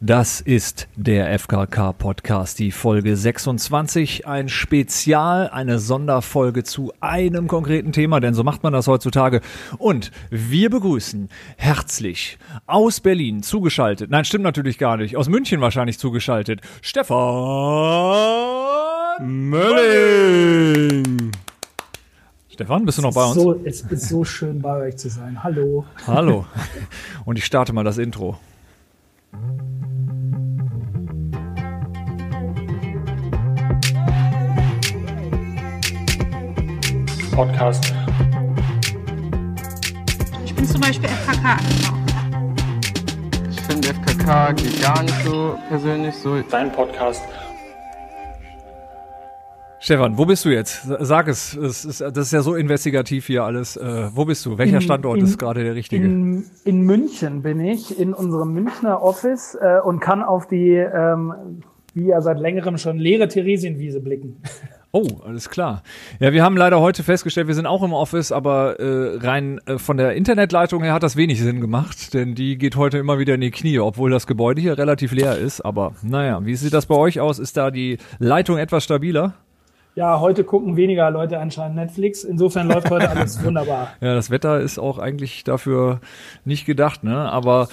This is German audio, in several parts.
Das ist der FKK Podcast, die Folge 26, ein Spezial, eine Sonderfolge zu einem konkreten Thema, denn so macht man das heutzutage. Und wir begrüßen herzlich aus Berlin zugeschaltet, nein, stimmt natürlich gar nicht, aus München wahrscheinlich zugeschaltet, Stefan Mölling! Stefan, bist du noch bei uns? So, es ist so schön bei euch zu sein. Hallo. Hallo. Und ich starte mal das Intro. Podcast. Ich bin zum Beispiel FKK. Ich finde FKK geht gar nicht so persönlich so. Dein Podcast. Stefan, wo bist du jetzt? Sag es. es ist, das ist ja so investigativ hier alles. Äh, wo bist du? Welcher In- Standort in- ist gerade der richtige? In, in München bin ich, in unserem Münchner Office äh, und kann auf die, ähm, wie ja seit längerem schon, leere Theresienwiese blicken. Oh, alles klar. Ja, wir haben leider heute festgestellt, wir sind auch im Office, aber äh, rein äh, von der Internetleitung her hat das wenig Sinn gemacht, denn die geht heute immer wieder in die Knie, obwohl das Gebäude hier relativ leer ist. Aber naja, wie sieht das bei euch aus? Ist da die Leitung etwas stabiler? Ja, heute gucken weniger Leute anscheinend Netflix. Insofern läuft heute alles wunderbar. Ja, das Wetter ist auch eigentlich dafür nicht gedacht, ne? Aber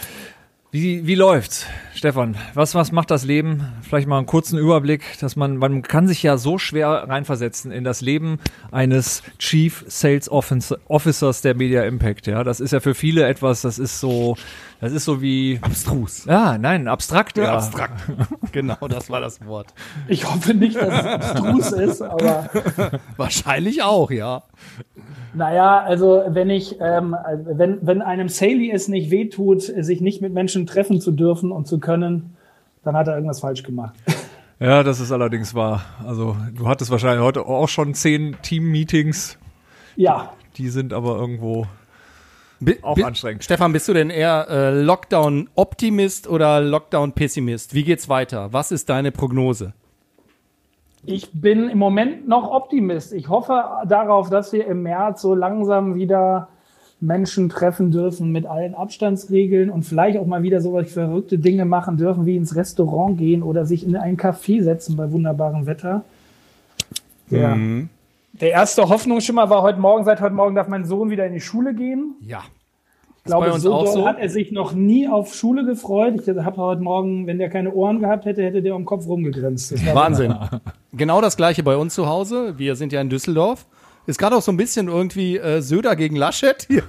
wie, wie läuft's, Stefan? Was, was macht das Leben? Vielleicht mal einen kurzen Überblick, dass man, man kann sich ja so schwer reinversetzen in das Leben eines Chief Sales Officer- Officers der Media Impact, ja. Das ist ja für viele etwas, das ist so, das ist so wie, Abstrus. ja, nein, abstrakt, ja. Abstrakt. genau, das war das Wort. Ich hoffe nicht, dass es abstrus ist, aber Wahrscheinlich auch, ja. Naja, also wenn ich, ähm, wenn, wenn einem Saley es nicht wehtut, sich nicht mit Menschen treffen zu dürfen und zu können, dann hat er irgendwas falsch gemacht. Ja, das ist allerdings wahr. Also, du hattest wahrscheinlich heute auch schon zehn Team-Meetings, Ja, die sind aber irgendwo Bi- Auch bi- anstrengend. Stefan, bist du denn eher äh, Lockdown-Optimist oder Lockdown-Pessimist? Wie geht's weiter? Was ist deine Prognose? ich bin im Moment noch Optimist. Ich hoffe darauf, dass wir im März so langsam wieder Menschen treffen dürfen mit allen Abstandsregeln und vielleicht auch mal wieder so was verrückte Dinge machen dürfen, wie ins Restaurant gehen oder sich in ein Café setzen bei wunderbarem Wetter. Ja. Mhm. Der erste Hoffnungsschimmer war heute Morgen, seit heute Morgen darf mein Sohn wieder in die Schule gehen. Ja. Ich glaube, bei uns so auch doll so? hat er sich noch nie auf Schule gefreut. Ich habe heute Morgen, wenn der keine Ohren gehabt hätte, hätte der am Kopf rumgegrinst. Das war Wahnsinn. genau das gleiche bei uns zu Hause. Wir sind ja in Düsseldorf. Ist gerade auch so ein bisschen irgendwie äh, Söder gegen Laschet hier.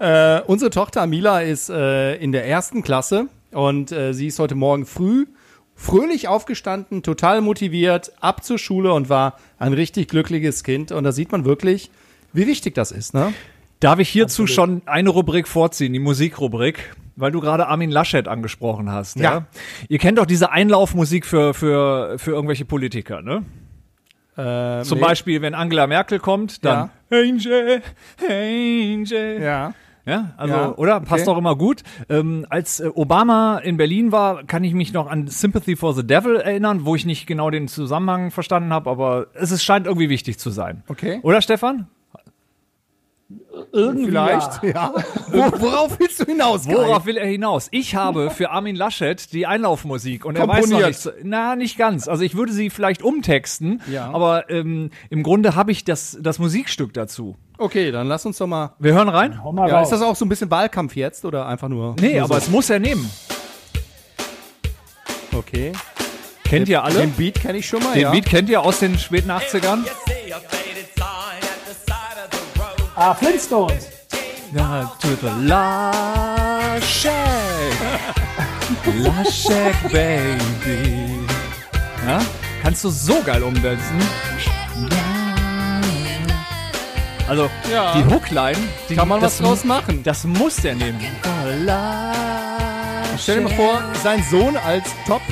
äh, unsere Tochter Mila ist äh, in der ersten Klasse und äh, sie ist heute Morgen früh fröhlich aufgestanden, total motiviert, ab zur Schule und war ein richtig glückliches Kind. Und da sieht man wirklich, wie wichtig das ist. Ne? Darf ich hierzu schon eine Rubrik vorziehen, die Musikrubrik? Weil du gerade Armin Laschet angesprochen hast. Ja. Ja. Ihr kennt doch diese Einlaufmusik für, für, für irgendwelche Politiker, ne? Äh, Zum nee. Beispiel, wenn Angela Merkel kommt, dann Angel, Angel. Ja. Ja, also, Ja, oder? Passt okay. auch immer gut. Ähm, als äh, Obama in Berlin war, kann ich mich noch an Sympathy for the Devil erinnern, wo ich nicht genau den Zusammenhang verstanden habe, aber es ist, scheint irgendwie wichtig zu sein. Okay. Oder, Stefan? Irgendwie Vielleicht. Ja. Ja. Wo, worauf willst du hinaus? Kai? Worauf will er hinaus? Ich habe für Armin Laschet die Einlaufmusik und er weiß noch Komponiert. nichts. Na, nicht ganz. Also ich würde sie vielleicht umtexten, Ja. aber ähm, im Grunde habe ich das, das Musikstück dazu. Okay, dann lass uns doch mal Wir hören rein? Hau mal Ja, raus. ist das auch so ein bisschen Wahlkampf jetzt oder einfach nur? Nee, nur aber so? es muss er nehmen. okay. Kennt ihr alle? Den Beat kenne ich schon mal. Den ja. Beat kennt ihr aus den späten 80ern? ah, Flintstones. Ja, to the Laschet. Laschet, baby. Ja? Kannst du so geil umsetzen. Also, Ja. die Hookline, die Kann man was das- draus machen? Das muss der nehmen. Stell dir mal vor, sein Sohn als Top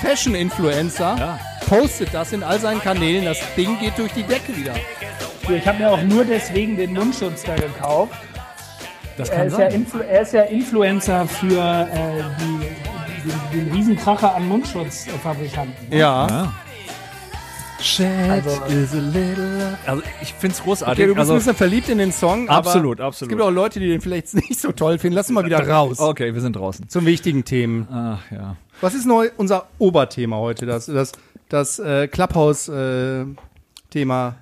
Fashion Influencer Ja. postet das in all seinen Kanälen. Das Ding geht durch die Decke wieder. Ich habe mir auch nur deswegen den Mundschutz da gekauft. Das Er kann ist, ja sein. Influ er ist ja Influencer für äh, die, den, den Riesenkracher an Mundschutzfabrikanten. Ja. Also ich find's Okay, großartig. du bist ein also, bisschen verliebt in den Song. Aber Absolut, Es absolut. gibt auch Leute, die den vielleicht nicht so toll finden. Lass ihn mal wieder raus. okay, wir sind draußen. Zum wichtigen Themen. Ach ja. Was ist neu unser Oberthema heute? Das, das, das äh, Clubhouse-Thema.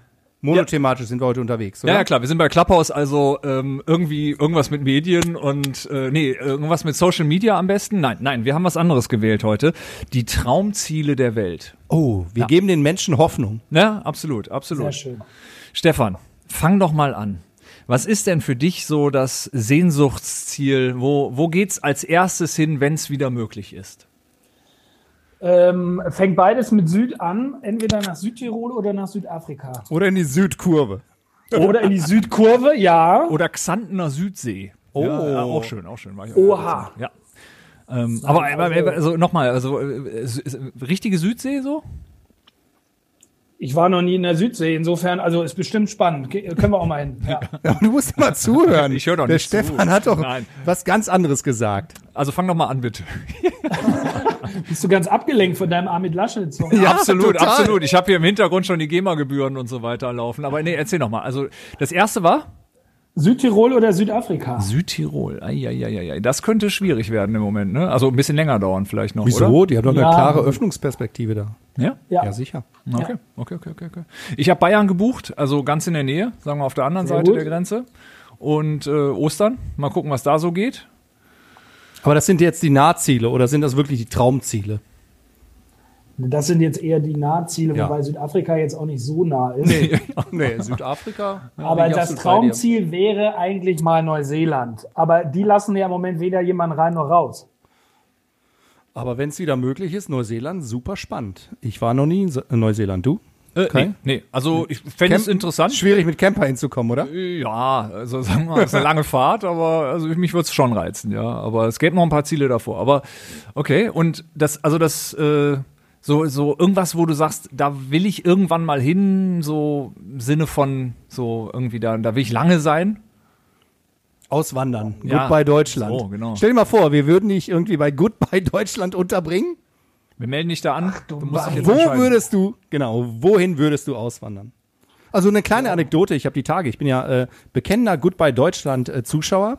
Monothematisch sind wir heute unterwegs. Oder? Ja, ja, klar, wir sind bei Clubhouse, also ähm, irgendwie irgendwas mit Medien und äh, nee, irgendwas mit Social Media am besten. Nein, nein, wir haben was anderes gewählt heute. Die Traumziele der Welt. Oh, wir geben den Menschen Hoffnung. Ne, absolut, absolut. Sehr schön. Stefan, fang doch mal an. Was ist denn für dich so das Sehnsuchtsziel? Wo, wo geht's als erstes hin, wenn's wieder möglich ist? Ähm, fängt beides mit Süd an, entweder nach Südtirol oder nach Südafrika. Oder in die Südkurve. Oder in die Südkurve, ja. Oder Xantener Südsee. Oh. ja, auch schön, auch schön. War ich- Oha. Ja. Ähm, aber also, also nochmal, also äh, Sü- äh, richtige Südsee so? Ich war noch nie in der Südsee, insofern, also ist bestimmt spannend. Ge können wir auch mal hin. Ja. Ja, du musst immer zuhören. Ich hör doch Der nicht zu. Stefan hat doch Nein. was ganz anderes gesagt. Also fang doch mal an, bitte. Bist du ganz abgelenkt von deinem Armin Laschet? Song? absolut, total. absolut. Ich habe hier im Hintergrund schon die GEMA-Gebühren und so weiter laufen. Aber nee, erzähl nochmal. Also das erste war? Südtirol oder Südafrika? Südtirol. Eieieiei. Das könnte schwierig werden im Moment, ne? Also ein bisschen länger dauern vielleicht noch, oder? Wieso? Die haben doch Ja. eine klare Öffnungsperspektive da. Ja? Ja, Ja, sicher. Okay. okay, okay, okay, okay. Ich habe Bayern gebucht, also ganz in der Nähe, sagen wir auf der anderen Sehr Seite gut. der Grenze. Und äh, Ostern, mal gucken, was da so geht. Aber das sind jetzt die Nahziele oder sind das wirklich die Traumziele? das sind jetzt eher die Nahziele, Ja. wobei Südafrika jetzt auch nicht so nah ist. Nee, Südafrika. Aber das Traumziel wäre eigentlich mal Neuseeland. Aber die lassen ja im Moment weder jemanden rein noch raus. Aber wenn es wieder möglich ist, Neuseeland, super spannend. Ich war noch nie in Se- Neuseeland. Du? Äh, Okay. nee, nee, also ich fände es Camp- interessant. Schwierig mit Camper hinzukommen, oder? Ja, also sagen wir mal, es ist eine lange Fahrt, aber also mich würde es schon reizen, ja. Aber es gäbe noch ein paar Ziele davor. Aber okay, und das, also das, äh, so, so irgendwas, wo du sagst, da will ich irgendwann mal hin, so im Sinne von so irgendwie da, da will ich lange sein. Auswandern. Ja. Goodbye Deutschland. So, genau. Stell dir mal vor, wir würden dich irgendwie bei Goodbye Deutschland unterbringen. Wir melden dich da an. du musst dich jetzt Wo entscheiden. würdest du, genau, wohin würdest du auswandern? Also eine kleine Anekdote, ich habe die Tage, ich bin ja äh, bekennender Goodbye Deutschland äh, Zuschauer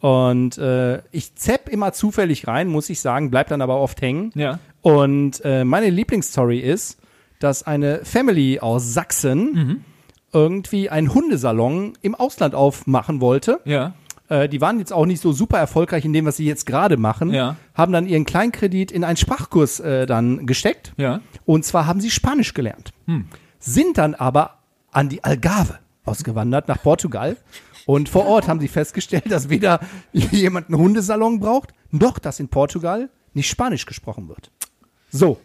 und äh, ich zepp immer zufällig rein, muss ich sagen, bleib dann aber oft hängen. Ja. Und äh, meine Lieblingsstory ist, dass eine Family aus Sachsen irgendwie einen Hundesalon im Ausland aufmachen wollte. Ja. Äh, die waren jetzt auch nicht so super erfolgreich in dem, was sie jetzt gerade machen, Ja. haben dann ihren Kleinkredit in einen Sprachkurs äh, dann gesteckt. Ja. Hm. Und zwar haben sie Spanisch gelernt, sind dann aber an die Algarve ausgewandert nach Portugal. Und vor Ort haben sie festgestellt, dass weder jemand einen Hundesalon braucht, noch dass in Portugal nicht Spanisch gesprochen wird. So,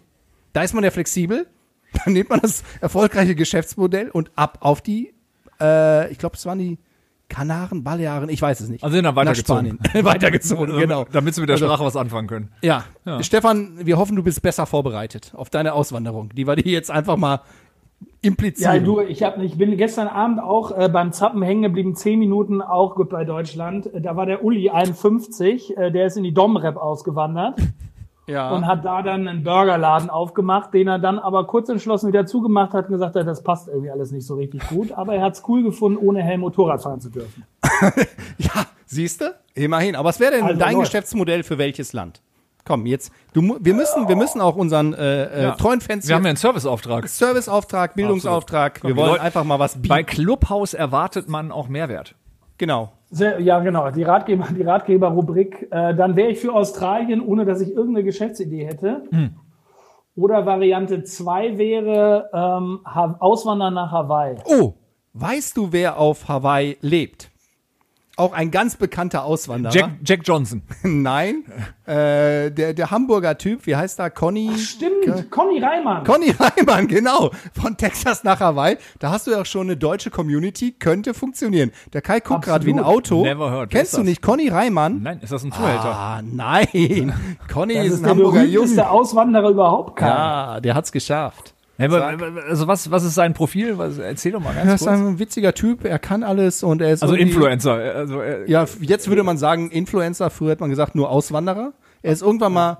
da ist man ja flexibel. Dann nimmt man das erfolgreiche Geschäftsmodell und ab auf die, äh, ich glaube, es waren die Kanaren, Balearen, ich weiß es nicht. Also sind dann weitergezogen. Also Nach Spanien. weitergezogen, genau. Damit sie mit der Sprache was anfangen können. Ja. Stefan, wir hoffen, du bist besser vorbereitet auf deine Auswanderung, die wir dir jetzt einfach mal implizieren. Ja, du, ich, hab, ich bin gestern Abend auch äh, beim Zappen hängen geblieben, zehn Minuten auch gut bei Deutschland. Äh, Da war der Uli 51, äh, der ist in die Domrep ausgewandert ja. und hat da dann einen Burgerladen aufgemacht, den er dann aber kurz entschlossen wieder zugemacht hat und gesagt hat, das passt irgendwie alles nicht so richtig gut. Aber er hat's cool gefunden, ohne Helm Motorrad fahren zu dürfen. ja siehst du? Immerhin. Aber was wäre denn Also dein läuft. Geschäftsmodell für welches Land? Komm, jetzt, du, mu- wir müssen, wir müssen auch unseren äh, äh, Ja. treuen Fans Wir haben ja hier- einen Serviceauftrag. Serviceauftrag, Bildungsauftrag. Komm, wir wollen Leute, einfach mal was bieten. Bei Clubhouse erwartet man auch Mehrwert. genau. Sehr, ja, genau, die Ratgeber, die Ratgeber-Rubrik. Äh, dann wäre ich für Australien, ohne dass ich irgendeine Geschäftsidee hätte. Hm. Oder Variante zwei wäre ähm, Ha- Auswandern nach Hawaii. Oh, weißt du, wer auf Hawaii lebt? Auch ein ganz bekannter Auswanderer. Jack, Jack Johnson. Nein, äh, der, der Hamburger Typ, wie heißt er? Conny? Stimmt, Conny Reimann. Conny Reimann, genau. Von Texas nach Hawaii. Da hast du ja auch schon eine deutsche Community. Könnte funktionieren. Der Kai guckt Absolut. gerade wie ein Auto. Never heard. Wer ist Kennst du das? nicht Conny Reimann? Nein, ist das ein Zuhälter? Ah, nein. Conny das ist, Also ist ein der Hamburger berühmteste Junge. Auswanderer überhaupt. Karl. Ja, der hat's geschafft. Ja, aber, also was, was ist sein Profil? Was, erzähl doch mal Er ganz ist kurz. ein witziger Typ. Er kann alles und er ist Also irgendwie- Influencer. Also, äh, Ja, f- jetzt würde man sagen Influencer. Früher hat man gesagt nur Auswanderer. Er ist irgendwann mal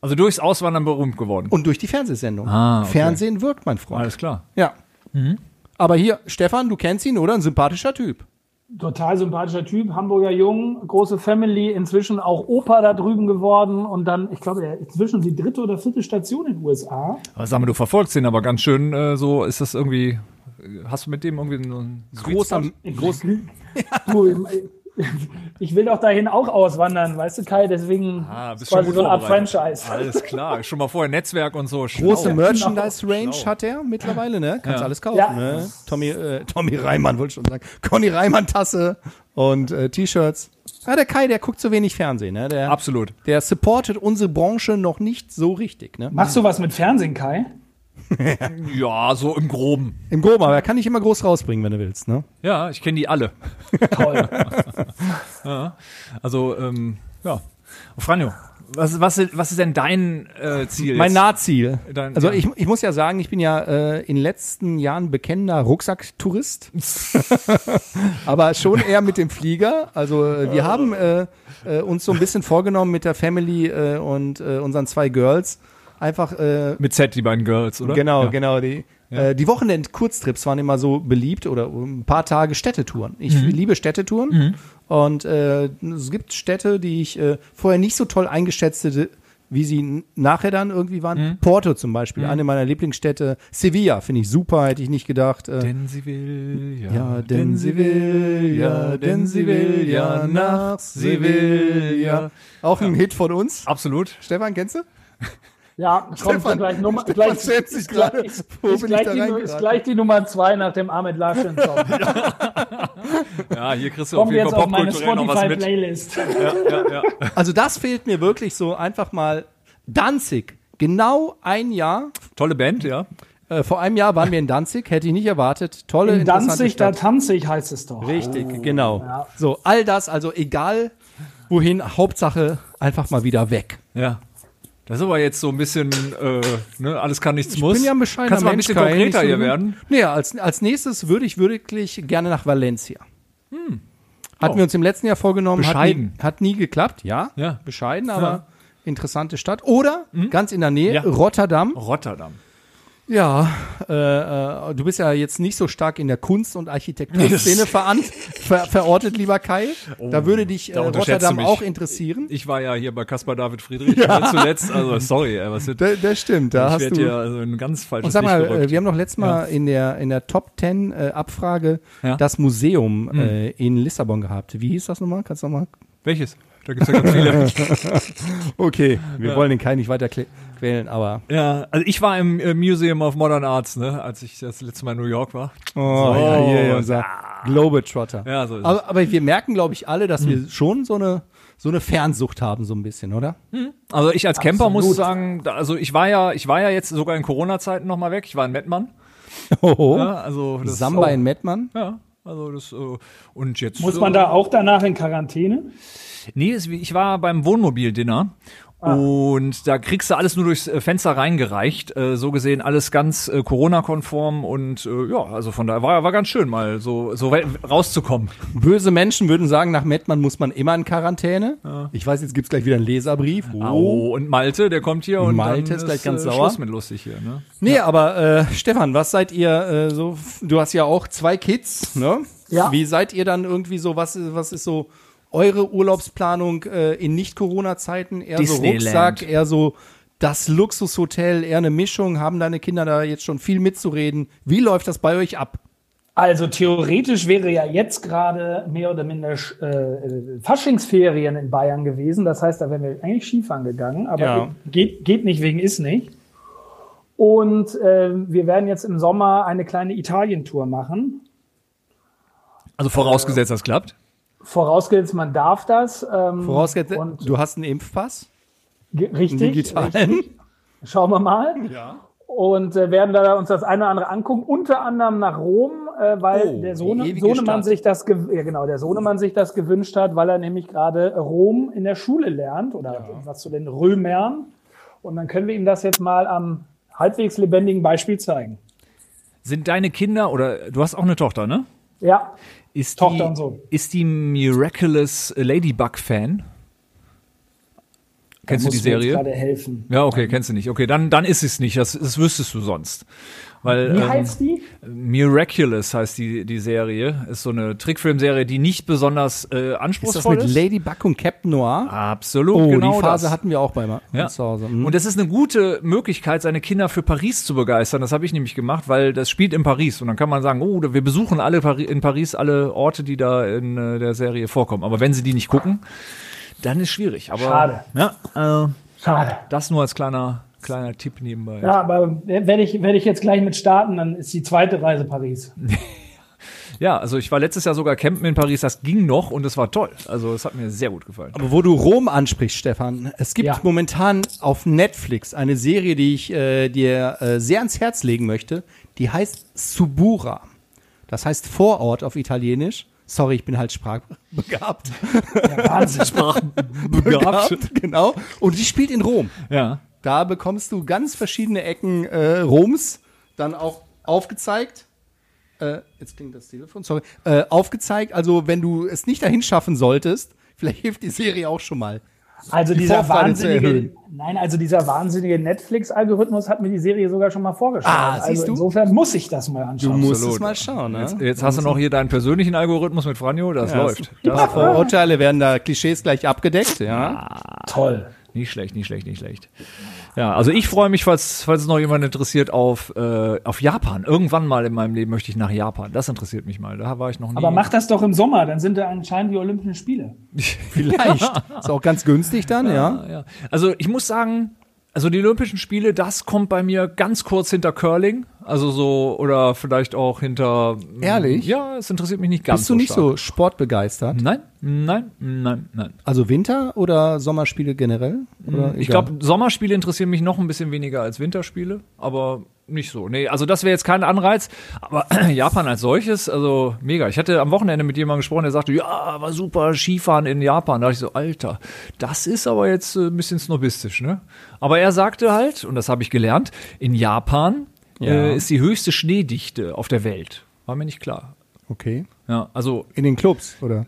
Also durchs Auswandern berühmt geworden. Und durch die Fernsehsendung. Ah, okay. Fernsehen wirkt, mein Freund. Alles Mhm. klar. Ja. Aber hier, Stefan, du kennst ihn, oder? Ein sympathischer Typ. Total sympathischer Typ, Hamburger Jung, große Family, inzwischen auch Opa da drüben geworden und dann, ich glaube, er- inzwischen die dritte oder vierte Station in den USA. Aber sag mal, du verfolgst den aber ganz schön äh, so. Ist das irgendwie. äh, Hast du mit dem irgendwie so einen Sweet Großer, Spot? groß, Du, ich- ich will doch dahin auch auswandern, weißt du, Kai, deswegen Ah, ist bist schon quasi gut so eine Art vorbereitet. Ah. Franchise. Alles klar. Schon mal vorher Netzwerk und so. Schlau. große Merchandise-Range Schlau. hat er mittlerweile, ne? Kannst alles kaufen, Ja. ne? Tommy, äh, Tommy Reimann, wollte ich schon sagen. Conny Reimann-Tasse und äh, T-Shirts. Ja, der Kai, der guckt zu wenig Fernsehen, ne? Der, Absolut. der supportet unsere Branche noch nicht so richtig, ne? Machst du was mit Fernsehen, Kai? Ja, so im Groben. Im Groben, aber er kann dich immer groß rausbringen, wenn du willst, ne? Ja, ich kenne die alle. Toll. Also, ähm, ja. Franjo, was, was, was ist denn dein äh, Ziel? Mein jetzt? Nahziel. Dein- Also ja. ich, ich muss ja sagen, ich bin ja äh, in den letzten Jahren bekennender Rucksacktourist. Aber schon eher mit dem Flieger. Also äh, wir haben äh, äh, uns so ein bisschen vorgenommen mit der Family äh, und äh, unseren zwei Girls. Einfach äh, Mit Z, die beiden Girls, oder? Genau, Ja. genau. Die, äh, die Wochenend-Kurztrips waren immer so beliebt oder um ein paar Tage Städtetouren. Ich Mhm. liebe Städtetouren und äh, es gibt Städte, die ich äh, vorher nicht so toll eingeschätzt hätte, wie sie n- nachher dann irgendwie Mhm. waren. Porto zum Beispiel, eine meiner Lieblingsstädte. Sevilla finde ich super, hätte ich nicht gedacht. Äh, Denn sie will ja, Ja, denn sie will ja, denn sie will ja nach Sevilla. Auch ein Hit von uns. Absolut. Stefan, kennst du? Ja, kommt Stefan, gleich Nummer. Stefan Gleich, schämt sich ist gleich- gerade, ist- wo ist bin ich gleich da die Nu- reingeraten? Ist gleich die Nummer zwei nach dem Ahmed Laschet Song. Ja, hier kriegst du auf Kommt jeden jetzt Fall auf meine popkulturell noch was mit. Spotify-Playlist. Also das fehlt mir wirklich so einfach mal Danzig. Genau ein Jahr. Tolle Band, ja. Äh, vor einem Jahr waren wir in Danzig, hätte ich nicht erwartet. Tolle, In interessante Danzig, da Stadt. tanze ich, heißt es doch. Richtig, genau. Ja. So, all das, also egal wohin, Hauptsache einfach mal wieder weg. Ja. Das ist aber jetzt so ein bisschen, äh, ne, alles kann, nichts muss. bin ja ein bescheidener Kannst du mal ein Mensch, bisschen Kai, nicht konkreter so hier gut. werden? Naja, als, als nächstes würde ich wirklich gerne nach Valencia. Hatten Oh. wir uns im letzten Jahr vorgenommen, hat nie, Bescheiden. hat nie geklappt, ja. Ja. Bescheiden, aber Ja. Hm? interessante Stadt. Oder ganz in der Nähe, Ja. Rotterdam. Rotterdam. Ja, äh, äh, du bist ja jetzt nicht so stark in der Kunst- und Architekturszene veran- ver verortet, lieber Kai. da würde dich äh, Oh, da unterschätzt du Rotterdam mich. auch interessieren. Ich war ja hier bei Caspar David Friedrich zuletzt, also sorry, ey, was wird, Da- das stimmt, da ich hast werd du. hier also ein ganz und falsches sag mal, Licht äh, gerückt. wir haben doch letztes Mal in der in der Top 10 äh, Abfrage Ja. Hm. das Museum äh, in Lissabon gehabt. Wie hieß das nochmal? Kannst du nochmal? Welches? Da gibt's ja ganz viele. Okay, wir wollen den Kai nicht weiter kle- quälen, aber ja, also ich war im äh, Museum of Modern Arts, ne, als ich das letzte Mal in New York war. oh, ja, ja, ja, unser Globetrotter. Ja, so ist es. Hm. aber, aber wir merken, glaube ich, alle, dass wir schon so eine so eine Fernsucht haben, so ein bisschen, oder? Also ich als Camper muss sagen, da, also ich war ja, ich war ja jetzt sogar in Corona-Zeiten nochmal weg. Ich war in Mettmann. Oho. Ja, also das Samba auch- in Mettmann. Ja, also das äh, und jetzt Muss man da auch danach in Quarantäne? Nee, es- ich war beim Wohnmobil-Dinner. Ah. Und da kriegst du alles nur durchs äh, Fenster reingereicht. Äh, so gesehen alles ganz äh, Corona-konform und äh, ja, also von daher war, war ganz schön, mal so, so we- rauszukommen. Böse Menschen würden sagen, nach Mettmann muss man immer in Quarantäne. Ich weiß, jetzt gibt's gleich wieder einen Leserbrief. Oh, und Malte, der kommt hier und Malte dann ist gleich ganz äh, sauer. Schluss mit lustig hier. Ne? Nee, aber äh, Stefan, was seid ihr äh, so? f- Du hast ja auch zwei Kids, ne? Ja. Wie seid ihr dann irgendwie so, was, was ist so eure Urlaubsplanung äh, in Nicht-Corona-Zeiten? Eher Disneyland. so Rucksack, eher so das Luxushotel, eher eine Mischung. Haben deine Kinder da jetzt schon viel mitzureden? Wie läuft das bei euch ab? Also theoretisch wäre ja jetzt gerade mehr oder minder äh, äh, Faschingsferien in Bayern gewesen. Das heißt, da wären wir eigentlich Skifahren gegangen, aber Ja. geht, geht nicht wegen ist nicht. Und ähm, wir werden jetzt im Sommer eine kleine Italientour machen. Also vorausgesetzt, das klappt. Vorausgesetzt, man darf das. Ähm, Vorausgesetzt, und du hast einen Impfpass? ge- richtig, digitalen. richtig. Schauen wir mal. Und äh, werden da uns das eine oder andere angucken, unter anderem nach Rom, äh, weil Oh, der die Sohne, ewige Sohnemann Stadt. sich das gew- ja, genau, der Sohnemann sich das gewünscht hat, weil er nämlich gerade Rom in der Schule lernt oder was zu den Römern. Und dann können wir ihm das jetzt mal am halbwegs lebendigen Beispiel zeigen. Sind deine Kinder oder du hast auch eine Tochter, ne? Ja, Ist Tochter die, und Sohn. Ist die Miraculous Ladybug-Fan? Kennst du die Muss mir jetzt Serie? gerade helfen. Ja, okay, kennst du nicht. Okay, dann, dann ist es nicht. Das, das wüsstest du sonst. Weil, Wie ähm, heißt die? Miraculous heißt die, die Serie. Ist so eine Trickfilmserie, die nicht besonders äh, Ist das anspruchsvoll mit ist. Ladybug und Cap Noir? Absolut, oh, genau die Phase das. hatten wir auch bei ma- Ja. uns zu Hause. Mhm. Und das ist eine gute Möglichkeit, seine Kinder für Paris zu begeistern. Das habe ich nämlich gemacht, weil das spielt in Paris. Und dann kann man sagen, oh, wir besuchen alle Pari in Paris alle Orte, die da in äh, der Serie vorkommen. Aber wenn sie die nicht gucken, dann ist schwierig. Aber, Schade. Also Ja, äh, Schade. das nur als kleiner, kleiner Tipp nebenbei. Ja, aber wenn ich, wenn ich jetzt gleich mit starten, dann ist die zweite Reise Paris. Ja, also ich war letztes Jahr sogar campen in Paris, das ging noch und es war toll. Also es hat mir sehr gut gefallen. Aber wo du Rom ansprichst, Stefan, es gibt Ja. momentan auf Netflix eine Serie, die ich äh, dir äh, sehr ans Herz legen möchte. Die heißt Subura. Das heißt Vorort auf Italienisch. Sorry, ich bin halt sprachbegabt. Wahnsinn. Begabt, genau. Und die spielt in Rom. Ja. Da bekommst du ganz verschiedene Ecken äh, Roms dann auch aufgezeigt. Äh, jetzt klingt das Telefon, sorry. Äh, aufgezeigt, also wenn du es nicht dahin schaffen solltest, vielleicht hilft die Serie auch schon mal. Also Die dieser Vorfreude zu wahnsinnige, erhöhen. nein, also dieser wahnsinnige Netflix-Algorithmus hat mir die Serie sogar schon mal vorgeschlagen. Ah, also siehst du? Insofern muss ich das mal anschauen. Absolut. schauen. Ne? Jetzt, jetzt hast du noch hier deinen persönlichen Algorithmus mit Franjo, das Ja, läuft. Das, ja, Vorurteile werden da Klischees gleich abgedeckt, ja. Toll. Nicht schlecht, nicht schlecht, nicht schlecht. Ja, also ich freue mich, falls, falls es noch jemand interessiert, auf, äh, auf Japan. Irgendwann mal in meinem Leben möchte ich nach Japan. Das interessiert mich mal. Da war ich noch nie. Aber mach das doch im Sommer, dann sind da anscheinend die Olympischen Spiele. Vielleicht. Ist auch ganz günstig dann, ja. Ja, ja. Also ich muss sagen, also die Olympischen Spiele, das kommt bei mir ganz kurz hinter Curling. Also so, oder vielleicht auch hinter. Ehrlich? Ja, es interessiert mich nicht ganz Bist du nicht stark. so sportbegeistert? Nein, nein, nein, nein. Also Winter- oder Sommerspiele generell? Oder Hm, Ich egal? glaube, Sommerspiele interessieren mich noch ein bisschen weniger als Winterspiele, aber nicht so. Nee, also das wäre jetzt kein Anreiz, aber Japan als solches, also mega. Ich hatte am Wochenende mit jemandem gesprochen, der sagte, ja, war super Skifahren in Japan. Da dachte ich so, Alter, das ist aber jetzt äh, ein bisschen snobistisch, ne? Aber er sagte halt, und das habe ich gelernt, in Japan äh, ist die höchste Schneedichte auf der Welt. War mir nicht klar. Okay. Ja, also In den Clubs, oder?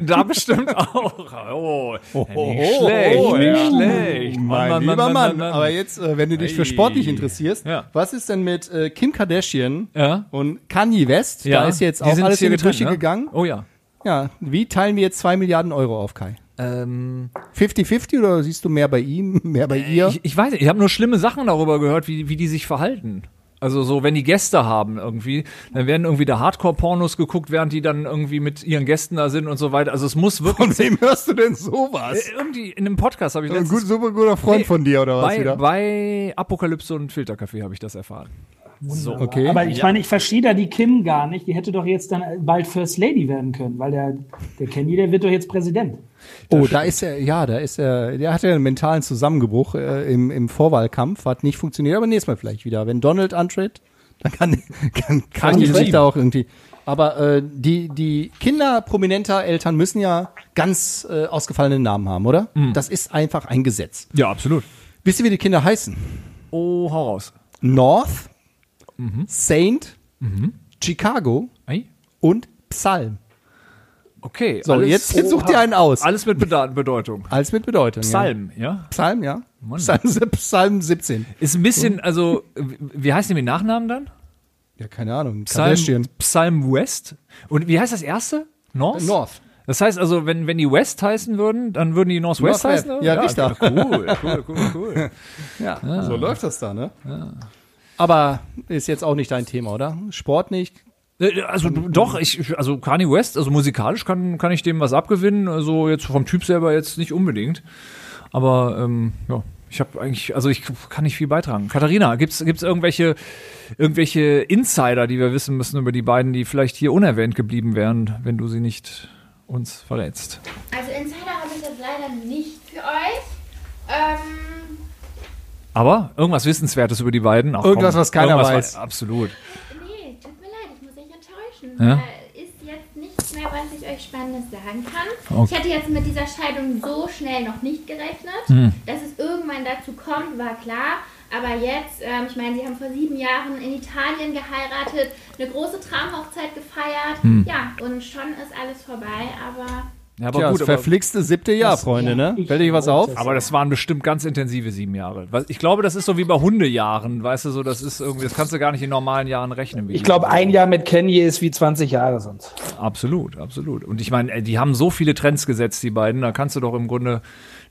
da bestimmt auch. Oh, nicht oh, schlecht, oh, nicht ja. schlecht. Oh Mann, Mein Mann, lieber Mann, Mann, Mann, Mann. aber jetzt, äh, wenn du dich für sportlich interessierst, Ja. was ist denn mit äh, Kim Kardashian Ja. und Kanye West? Da ist jetzt die auch sind alles hier in die getrennt, Brüche ne? gegangen. Oh ja. Ja, wie teilen wir jetzt 2 Milliarden Euro auf, Kai? Ähm, 50-50 oder siehst du mehr bei ihm, mehr bei ihr? Äh, ich, ich weiß nicht, ich habe nur schlimme Sachen darüber gehört, wie, wie die sich verhalten. Also so, wenn die Gäste haben irgendwie, dann werden irgendwie da Hardcore-Pornos geguckt, während die dann irgendwie mit ihren Gästen da sind und so weiter. Also es muss wirklich... Von wem hörst du denn sowas? Irgendwie in einem Podcast habe ich Ein gut, letztens... super guter Freund von dir oder was Bei, wieder? bei Apokalypse und Filterkaffee habe ich das erfahren. So, okay. Aber ich meine, ich verstehe da die Kim gar nicht. Die hätte doch jetzt dann bald First Lady werden können, weil der, der Kenny, der wird doch jetzt Präsident. Oh, da ist er, ja, da ist er, der hatte einen mentalen Zusammenbruch äh, im, im Vorwahlkampf, hat nicht funktioniert, aber nächstes Mal vielleicht wieder. Wenn Donald antritt, dann kann, kann, kann Kann die ich sich ihm. da auch irgendwie. Aber äh, die, die Kinder prominenter Eltern müssen ja ganz äh, ausgefallene Namen haben, oder? Mhm. Das ist einfach ein Gesetz. Ja, absolut. Wisst ihr, wie die Kinder heißen? Oh, hau raus. North, Mhm. Saint, Chicago Ei? und Psalm. Okay. So, jetzt, jetzt such dir einen aus. Alles mit Beda- Bedeutung. Alles mit Bedeutung. Psalm, ja? Ja. Psalm, ja. Psalm, Psalm 17. Ist ein bisschen, also, w- wie heißt denn mit Nachnamen dann? Ja, keine Ahnung. Psalm, Kardashian. Psalm West. Und wie heißt das erste? North? Äh, North. Das heißt also, wenn, wenn die West heißen würden, dann würden die Northwest Northwest. heißen? Ja, richtig. Cool, cool, cool, cool. Ja, so läuft das da, ne? Aber ist jetzt auch nicht dein Thema, oder? Sport nicht. Äh, also d- doch, ich, also Kanye West, also musikalisch kann, kann ich dem was abgewinnen. Also jetzt vom Typ selber jetzt nicht unbedingt. Aber ähm, ja, ich habe eigentlich, also ich kann nicht viel beitragen. Katharina, gibt's gibt's irgendwelche, irgendwelche Insider, die wir wissen müssen über die beiden, die vielleicht hier unerwähnt geblieben wären, wenn du sie nicht uns verrätst? Also Insider habe ich jetzt leider nicht für euch. Ähm, Aber irgendwas Wissenswertes über die beiden. Ach, Irgendwas, was keiner weiß. wa- absolut. nee, tut mir leid, ich muss euch enttäuschen. Ja? Da ist jetzt nichts mehr, was ich euch Spannendes sagen kann. Okay. Ich hätte jetzt mit dieser Scheidung so schnell noch nicht gerechnet. Hm. Dass es irgendwann dazu kommt, war klar. Aber jetzt, ähm, ich meine, sie haben vor sieben Jahren in Hm. Italien geheiratet, eine große Traumhochzeit gefeiert. Ja, und schon ist alles vorbei, aber Ja, aber Aber Tja, gut, das aber, verflixte siebte Jahr, Freunde, ne? ich- Fällt euch was auf? aber das waren bestimmt ganz intensive sieben Jahre. Was- Ich glaube, das ist so wie bei Hundejahren, weißt du, so das ist irgendwie, das kannst du gar nicht in normalen Jahren rechnen. wie Ich die- glaube, ein Jahr mit Kanye ist wie 20 Jahre sonst. Absolut, absolut. Und ich meine, ey, die haben so viele Trends gesetzt, die beiden. Da kannst du doch im Grunde,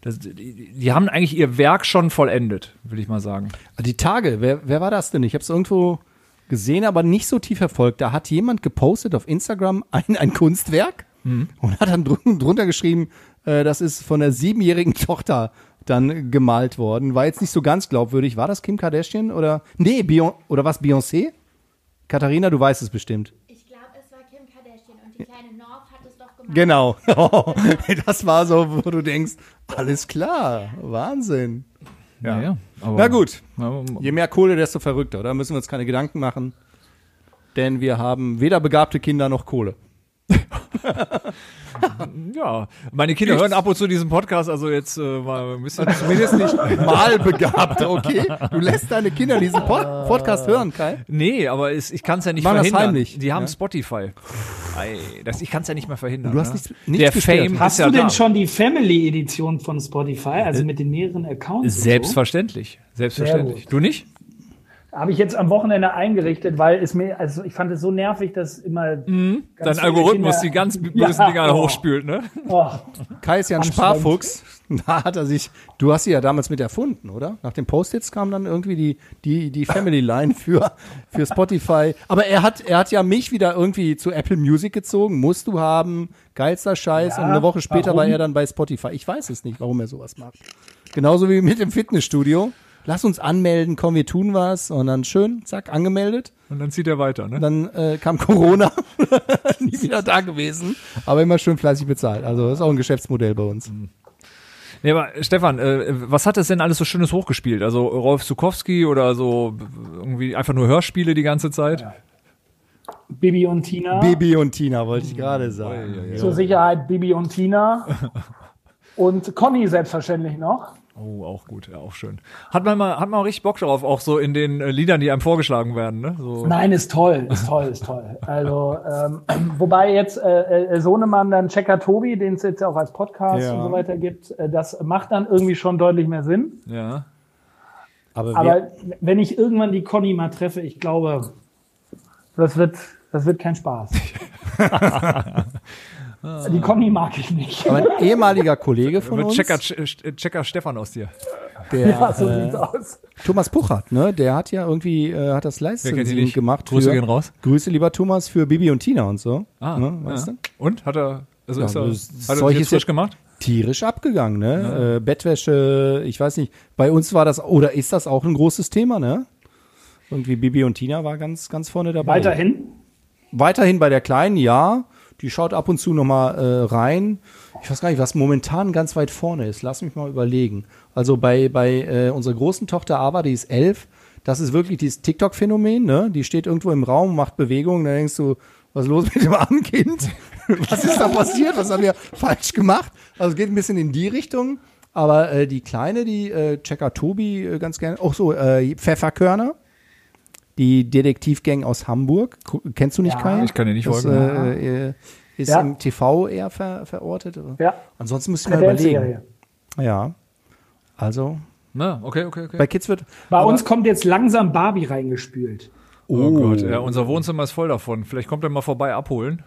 das, die, die haben eigentlich ihr Werk schon vollendet, will ich mal sagen. Die Tage, wer, wer war das denn? Ich habe es irgendwo gesehen, aber nicht so tief verfolgt. Da hat jemand gepostet auf Instagram ein, ein Kunstwerk und hat dann drun- drunter geschrieben, äh, das ist von der siebenjährigen Tochter dann gemalt worden. War jetzt nicht so ganz glaubwürdig. War das Kim Kardashian oder nee, Beyon oder was Beyoncé? Katharina, du weißt es bestimmt. Ich glaube, es war Kim Kardashian und die kleine North hat es doch gemacht. Genau. das war so, wo du denkst, alles klar, Wahnsinn. Ja, naja, aber, Na gut. Aber, Je mehr Kohle, desto verrückter. Da müssen wir uns keine Gedanken machen. Denn wir haben weder begabte Kinder noch Kohle. ja, meine Kinder hören ab und zu diesen Podcast, also jetzt äh, mal ein bisschen zumindest nicht. Mal begabte, okay? Du lässt deine Kinder diesen Pod Podcast hören, Kai. Nee, aber es, ich kann es ja nicht Machen das verhindern. heimlich, die haben ja? Spotify. Ei, das, ich kann es ja nicht mehr verhindern. Du hast ne? nichts- nichts Der gesperrt. Fame Hast ist ja du denn da. schon die Family-Edition von Spotify, also mit den mehreren Accounts? und so? Selbstverständlich, selbstverständlich. gut. Du nicht? Habe ich jetzt am Wochenende eingerichtet, weil es mir, also ich fand es so nervig, dass immer ganz Mhm. Dein viele Algorithmus die Kinder- ganz bösen Ja, Dinger oh, hochspült, ne? Oh, Kai ist ja ein Anstrengend. Sparfuchs. Da hat er sich, du hast sie ja damals mit erfunden, oder? Nach den Post-its kam dann irgendwie die, die, die Family Line für, für Spotify. Aber er hat, er hat ja mich wieder irgendwie zu Apple Music gezogen. Musst du haben. Geilster Scheiß. Ja, Und eine Woche später war warum? er dann bei Spotify. Ich weiß es nicht, warum er sowas macht. Genauso wie mit dem Fitnessstudio. Lass uns anmelden, komm, wir tun was. Und dann schön, zack, angemeldet. Und dann zieht er weiter, ne? Dann äh, kam Corona, nie wieder da gewesen, aber immer schön fleißig bezahlt. Also das ist auch ein Geschäftsmodell bei uns. Nee, aber Stefan, äh, was hat es denn alles so Schönes hochgespielt? Also Rolf Zukowski oder so b- irgendwie einfach nur Hörspiele die ganze Zeit? Bibi und Tina. Bibi und Tina, wollte ich gerade sagen. Zur Sicherheit Bibi und Tina. Und Conny selbstverständlich noch. Oh, auch gut, ja, auch schön. Hat man mal, hat man auch richtig Bock drauf, auch so in den äh, Liedern, die einem vorgeschlagen werden, ne? So. Nein, ist toll, ist toll, ist toll. Also, ähm, wobei jetzt äh, äh, Sohnemann dann Checker Tobi, den es jetzt ja auch als Podcast Ja. und so weiter gibt, äh, das macht dann irgendwie schon deutlich mehr Sinn. Ja. Aber, wir, Aber wenn ich irgendwann die Conny mal treffe, ich glaube, das wird, das wird kein Spaß. die Conny mag ich nicht. aber ein ehemaliger Kollege von Mit uns, Checker, Ch- Checker Stefan aus dir. der Ja, so äh, sieht's aus. Thomas Puchert, ne, der hat ja irgendwie äh, hat das Wer kennt ihn Leistungsdienst nicht? gemacht. Grüße für, gehen raus. Grüße, lieber Thomas, für Bibi und Tina und so. Ah, ne, weißt ja. du? Und? Hat er, also Ja, ist er, das hat er Zeug sich jetzt ist ja- frisch gemacht? Tierisch abgegangen, ne? Äh, Bettwäsche, ich weiß nicht. Bei uns war das oder ist das auch ein großes Thema, ne? Irgendwie Bibi und Tina war ganz, ganz vorne dabei. Weiterhin. Weiterhin bei der Kleinen, ja. Die schaut ab und zu nochmal äh, rein. Ich weiß gar nicht, was momentan ganz weit vorne ist. Lass mich mal überlegen. Also bei, bei äh, unserer großen Tochter Ava, die ist elf, das ist wirklich dieses TikTok-Phänomen. Ne? Die steht irgendwo im Raum, macht Bewegungen. Da denkst du, was ist los mit dem armen Kind? Was ist da passiert? Was haben wir falsch gemacht? Also es geht ein bisschen in die Richtung. Aber äh, die Kleine, die äh, Checker Tobi äh, ganz gerne. Auch so, äh, Pfefferkörner. Die Detektivgang aus Hamburg. Ku- Kennst du nicht, Ja. Kai? Ich kann dir nicht das, folgen. ne? äh, äh, ist Ja. im TV eher ver, verortet. Ja. Ansonsten müsste ich mir überlegen. Modellserie. Ja. Also, Na, okay, okay, okay. bei Kids wird. Bei uns kommt jetzt langsam Barbie reingespült. Oh, Gott, ja, unser Wohnzimmer ist voll davon. Vielleicht kommt er mal vorbei abholen.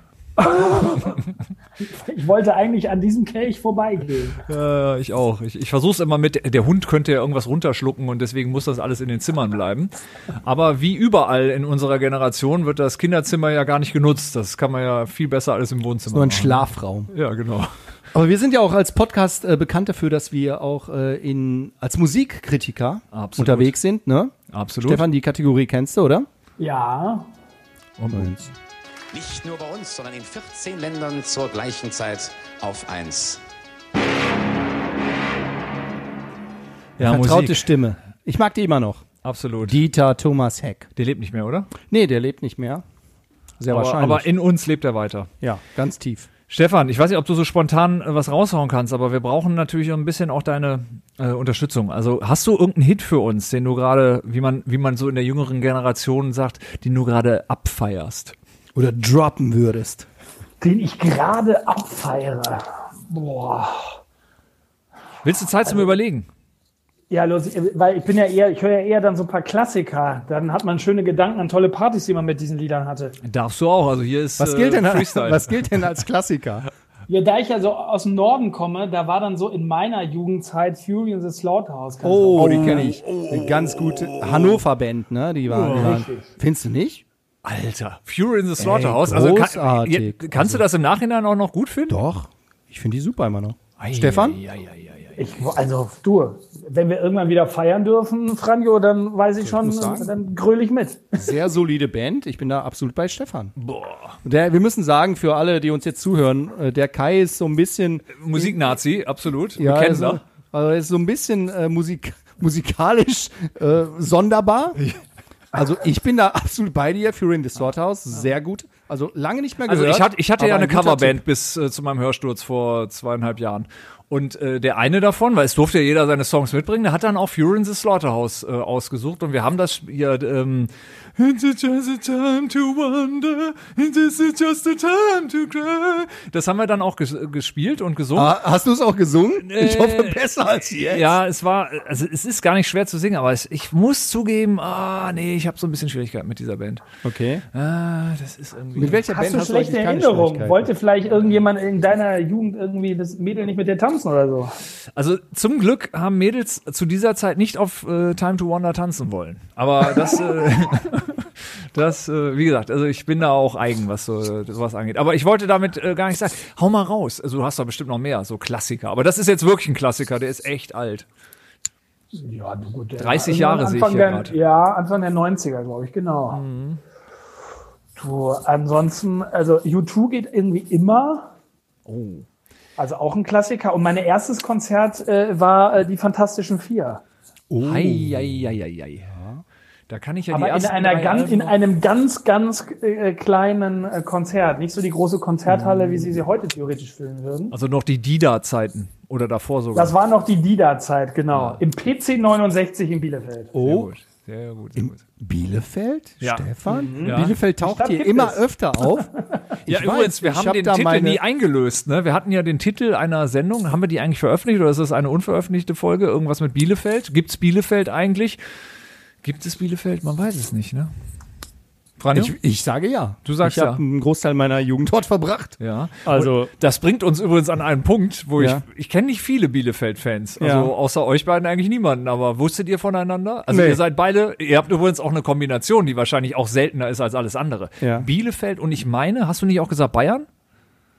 Ich wollte eigentlich an diesem Kelch vorbeigehen. Äh, ich auch. Ich, ich versuche es immer mit, der Hund könnte ja irgendwas runterschlucken und deswegen muss das alles in den Zimmern bleiben. Aber wie überall in unserer Generation wird das Kinderzimmer ja gar nicht genutzt. Das kann man ja viel besser alles im Wohnzimmer Nur ein machen. Schlafraum. Ja, genau. Aber wir sind ja auch als Podcast äh, bekannt dafür, dass wir auch äh, in, als Musikkritiker Absolut. unterwegs sind. Ne? Absolut. Stefan, die Kategorie kennst du, oder? Ja, Und, Nicht nur bei uns, sondern in 14 Ländern zur gleichen Zeit auf 1. ja, Vertraute Musik. Stimme. Ich mag die immer noch. Absolut. Dieter Thomas Heck. Der lebt nicht mehr, oder? Nee, der lebt nicht mehr. Sehr Aber, wahrscheinlich. aber in uns lebt er weiter. ja, ganz tief. Stefan, ich weiß nicht, ob du so spontan äh, was raushauen kannst, aber wir brauchen natürlich ein bisschen auch deine äh, Unterstützung. Also hast du irgendeinen Hit für uns, den du gerade, wie man, wie man so in der jüngeren Generation sagt, den du gerade abfeierst? Oder droppen würdest. den ich gerade abfeiere. Boah. Willst du Zeit Also- zum Überlegen? Ja, los, weil ich bin ja eher, ich höre ja eher dann so ein paar Klassiker. Dann hat man schöne Gedanken an tolle Partys, die man mit diesen Liedern hatte. Darfst du auch. Also hier ist Was gilt, denn, äh, als- Freestyle. was gilt denn als Klassiker? Ja, da ich ja so aus dem Norden komme, da war dann so in meiner Jugendzeit Fury and the Slaughterhouse. ganz Oh, die kenne ich. Eine ganz gute Hannover-Band, ne? Die waren. die waren. Findest du nicht? Alter, Fury in the Slaughterhouse. Also, kann, großartig. ja, kannst du das im Nachhinein auch noch gut finden? Doch. Ich finde die super immer noch. Ei, Stefan? ei, ei, ei, ei, ei. Ich, also, du, wenn wir irgendwann wieder feiern dürfen, Franjo, dann weiß ich schon, muss sagen. dann gröle ich mit. Sehr solide Band. Ich bin da absolut bei Stefan. Boah. Der, wir müssen sagen, für alle, die uns jetzt zuhören, äh, der Kai ist so ein bisschen. Musiknazi, absolut. Wir Ja, kennen also, das. also er ist so ein bisschen äh, musik, musikalisch äh, sonderbar. Also ich bin da absolut bei dir, Fury in the Slaughterhouse, sehr gut. Also lange nicht mehr Also gehört. ich hatte, ich hatte ja aber eine ein guter Tipp. Coverband bis äh, zu meinem Hörsturz vor zweieinhalb Jahren. Und äh, der eine davon, weil es durfte ja jeder seine Songs mitbringen, der hat dann auch Fury in the Slaughterhouse äh, ausgesucht und wir haben das hier ähm, It's just a time to wonder, it's just a time to cry. Das haben wir dann auch ges gespielt und gesungen. Ah, hast du es auch gesungen? ich hoffe besser als jetzt. Ja, es war, also es ist gar nicht schwer zu singen, aber es, ich muss zugeben, ah, nee, ich habe so ein bisschen Schwierigkeiten mit dieser Band. Okay. Ah, das ist irgendwie. Mit welcher Hast Band du hast schlechte du eigentlich keine Erinnerungen? Schwierigkeiten? Wollte vielleicht irgendjemand in deiner Jugend irgendwie das Mädel nicht mit dir tanzen oder so? Also zum Glück haben Mädels zu dieser Zeit nicht auf äh, Time to Wonder tanzen wollen. Aber das, äh, das, äh, wie gesagt, also ich bin da auch eigen, was so, sowas angeht. Aber ich wollte damit äh, gar nicht sagen, hau mal raus. Also du hast da bestimmt noch mehr, so Klassiker. Aber das ist jetzt wirklich ein Klassiker, der ist echt alt. Ja, du gut. 30 Jahre sehe ich hier der, gerade. Mhm. Ja, Anfang der 90er, glaube ich, genau. Du, ansonsten, also U2 geht irgendwie immer. Oh. Also auch ein Klassiker. Und mein erstes Konzert äh, war äh, die Fantastischen Vier. Oh. Ei, ei, ei, ei, ei. Da kann ich ja die Aber in, ersten einer drei ganz, Alben- in einem ganz, ganz äh, kleinen äh, Konzert. Nicht so die große Konzerthalle, wie sie sie heute theoretisch füllen würden. Also noch die Dida-Zeiten oder davor sogar. Das war noch die Dida-Zeit, genau. Im PC 69 in Bielefeld. sehr Oh, gut. Sehr gut, sehr gut. Bielefeld? Ja. Mhm. Stefan? Ja. Bielefeld taucht Stadt hier gibt immer es. öfter auf. Ich Ja, übrigens, wir ich haben hab den da Titel meine- nie eingelöst. Ne? Wir hatten ja den Titel einer Sendung. Haben wir die eigentlich veröffentlicht oder ist das eine unveröffentlichte Folge? Irgendwas mit Bielefeld? Gibt es Bielefeld eigentlich? Gibt es Bielefeld? Man weiß es nicht, ne? Franjo? Ich, ich sage ja. Du sagst ich ja. habe einen Großteil meiner Jugend dort verbracht. ja. Also- Und das bringt uns übrigens an einen Punkt, wo Ja. ich, ich kenne nicht viele Bielefeld-Fans. Also Ja. außer euch beiden eigentlich niemanden. Aber wusstet ihr voneinander? Also Nee. ihr seid beide, ihr habt übrigens auch eine Kombination, die wahrscheinlich auch seltener ist als alles andere. Ja. Bielefeld und ich meine, hast du nicht auch gesagt Bayern?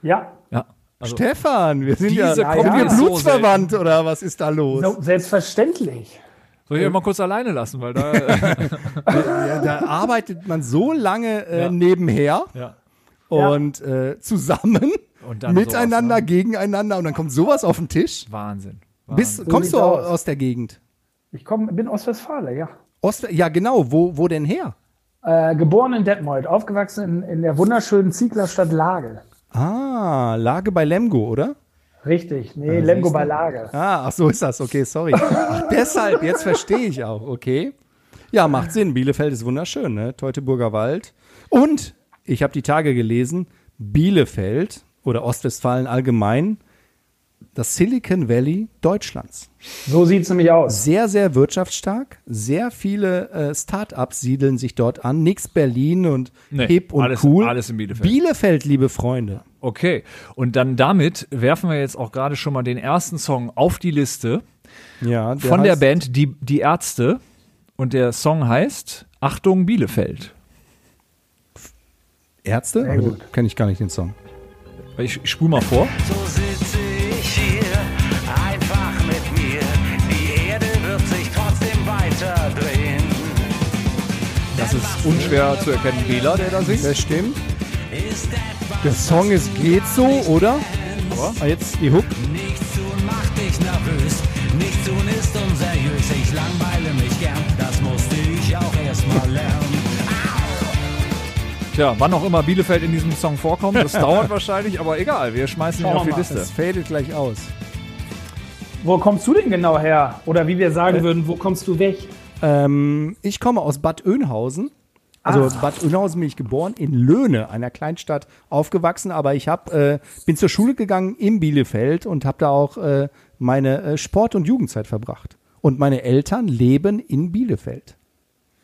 Ja, Ja. Also, Stefan, wir sind ja, Diese sind wir Kombi ist so blutsverwandt oder was ist da los? no, selbstverständlich. Soll Äh. ich euch mal kurz alleine lassen, weil da. Ja, Äh, da arbeitet man so lange äh, nebenher ja. und äh, zusammen, Und dann miteinander, sowas, ne? gegeneinander und dann kommt sowas auf den Tisch. Wahnsinn. Bist, sieht's kommst du aus. aus. aus der Gegend? Ich komm, bin aus Westfalen, ja. Ost ja, genau. Wo, wo denn her? Äh, geboren in Detmold, aufgewachsen in, in der wunderschönen Zieglerstadt Lage. Ah, Lage bei Lemgo, oder? Richtig, nee, Lemgo bei Lage. Ah, ach so ist das. Okay, sorry. Ach, deshalb, jetzt verstehe ich auch. Okay. Ja, macht Sinn. Bielefeld ist wunderschön, ne? Teutoburger Wald. Und ich habe die Tage gelesen, Bielefeld oder Ostwestfalen allgemein, das Silicon Valley Deutschlands. So sieht's nämlich aus. Sehr, sehr wirtschaftsstark. Sehr viele äh, Start-ups siedeln sich dort an. Nix Berlin und Nee, hip und alles- cool. alles in Bielefeld. Bielefeld, liebe Freunde. Okay. Und dann damit werfen wir jetzt auch gerade schon mal den ersten Song auf die Liste Ja, von der heißt- Band die, die Ärzte. Und der Song heißt Achtung Bielefeld. Ärzte? Sehr gut. Kenne ich gar nicht den Song. Ich, ich spule mal vor. So sitze ich hier, einfach mit mir. Die Erde wird sich trotzdem weiter drehen. Das ist unschwer zu erkennen. Bela, der da singt. Das stimmt. Der Song ist geht so, oder? Ah, jetzt die Hook. Nichts tun macht dich nervös. Nichts tun ist unseriös. Ich langweile mich gern. Das musste ich auch erstmal lernen. Tja, wann auch immer Bielefeld in diesem Song vorkommt, das dauert wahrscheinlich, aber egal. Wir schmeißen ihn Schauen auf die wir mal. Liste. Das fadet gleich aus. Wo kommst du denn genau Äh. her? Oder wie wir sagen würden, wo kommst du weg? Ähm, ich komme aus Bad Oeynhausen, Also Bad Oeynhausen bin ich geboren, in Löhne, einer Kleinstadt, aufgewachsen. Aber ich hab, äh, bin zur Schule gegangen in Bielefeld und habe da auch äh, meine äh, Sport- und Jugendzeit verbracht. Und meine Eltern leben in Bielefeld.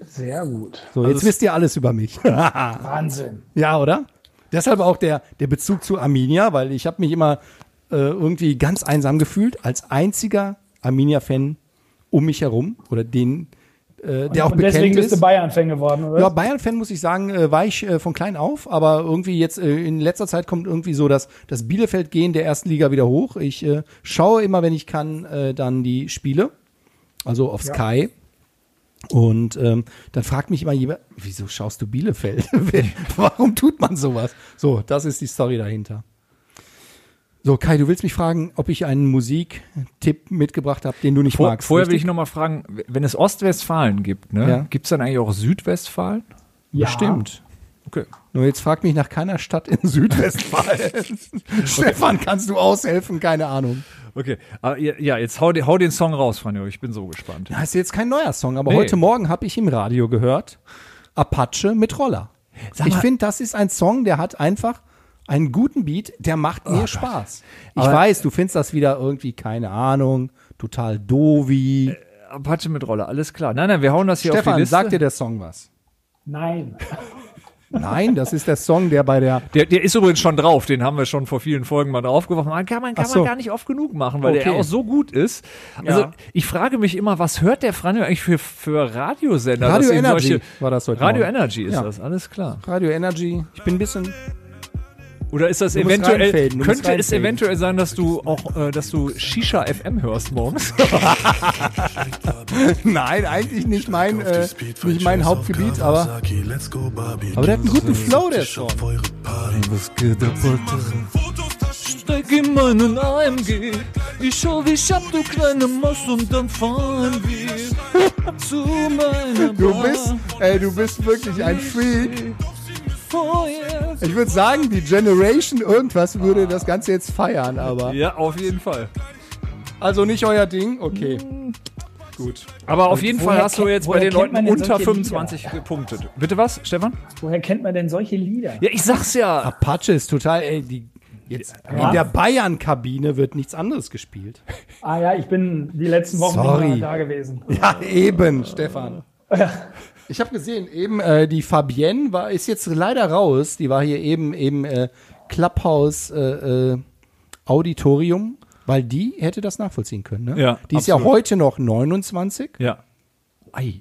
Sehr gut. So, jetzt wisst ihr alles über mich. Wahnsinn. Ja, oder? Deshalb auch der, der Bezug zu Arminia, weil ich habe mich immer äh, irgendwie ganz einsam gefühlt als einziger Arminia-Fan um mich herum oder den, äh, der auch Und deswegen bekannt bist du ist. Bayern-Fan geworden, oder? Ja, Bayern-Fan muss ich sagen, äh, war ich äh, von klein auf, aber irgendwie jetzt äh, in letzter Zeit kommt irgendwie so das, das Bielefeld-Gehen der ersten Liga wieder hoch. Ich äh, schaue immer, wenn ich kann, äh, dann die Spiele, also auf Sky. Und ähm, dann fragt mich immer jemand, wieso schaust du Bielefeld? Warum tut man sowas? So, das ist die Story dahinter. So, Kai, du willst mich fragen, ob ich einen Musiktipp mitgebracht habe, den du nicht Vor, magst. vorher will richtig? ich nochmal fragen, wenn es Ostwestfalen gibt, ne, Ja. gibt es dann eigentlich auch Südwestfalen? Ja. Stimmt. Okay. Nur jetzt fragt mich nach keiner Stadt in Südwestfalen. Stefan, kannst du aushelfen? Keine Ahnung. Okay. Ah, ja, ja, jetzt hau, den- hau den Song raus, Franjo. Ich bin so gespannt. Das ist jetzt kein neuer Song, aber Nee. heute Morgen habe ich im Radio gehört. Apache mit Roller. Sag ich mal- finde, das ist ein Song, der hat einfach einen guten Beat, der macht mir Spaß. Ich Aber- weiß, du findest das wieder irgendwie, keine Ahnung, total dovi. Äh, Apache mit Rolle, alles klar. Nein, nein, wir hauen das hier auf die Stefan, Liste. sagt dir der Song was? Nein. Nein, das ist der Song, der bei der Der, der ist übrigens schon drauf, den haben wir schon vor vielen Folgen mal draufgeworfen. Man Kann man, kann Ach so. man gar nicht oft genug machen, weil der Okay. auch so gut ist. Also Ja. ich frage mich immer, was hört der Franjo eigentlich für, für Radiosender? Radio dass ihm Energy war das heute Radio Morgen. Energy ist Ja. das, alles klar. Radio Energy. Ich bin ein bisschen Oder ist das Du musst eventuell, reinfaden, du musst könnte es reinfaden. eventuell sein, dass du auch, äh, dass du Shisha FM hörst morgens? Nein, eigentlich nicht mein, äh, nicht mein Hauptgebiet, aber, aber der hat einen guten Flow, der Song. Steig in meinen AMG. Ich schau dich ab, du kleine Maus, und dann fahren wir zu meiner Du bist, ey, du bist wirklich ein Freak. Ich würde sagen, die Generation irgendwas würde das Ganze jetzt feiern, aber. Ja, auf jeden Fall. Also nicht euer Ding? Okay. Gut. Aber auf jeden woher Fall hast du kennt- jetzt bei woher den kennt Leuten man denn unter solche 25 gepunktet. Bitte was, Stefan? Woher kennt man denn solche Lieder? Ja, ich sag's ja. Apache ist total, ey, die. Jetzt, in der Bayern-Kabine wird nichts anderes gespielt. Ah ja, ich bin die letzten Wochen Sorry. nicht mehr da gewesen. Ja, eben, Stefan. Ich habe gesehen, eben äh, die Fabienne war, ist jetzt leider raus. Die war hier eben eben äh, Clubhouse äh, äh, Auditorium, weil die hätte das nachvollziehen können. Ne? Ja, die ist ja absolut. heute noch 29, Ja.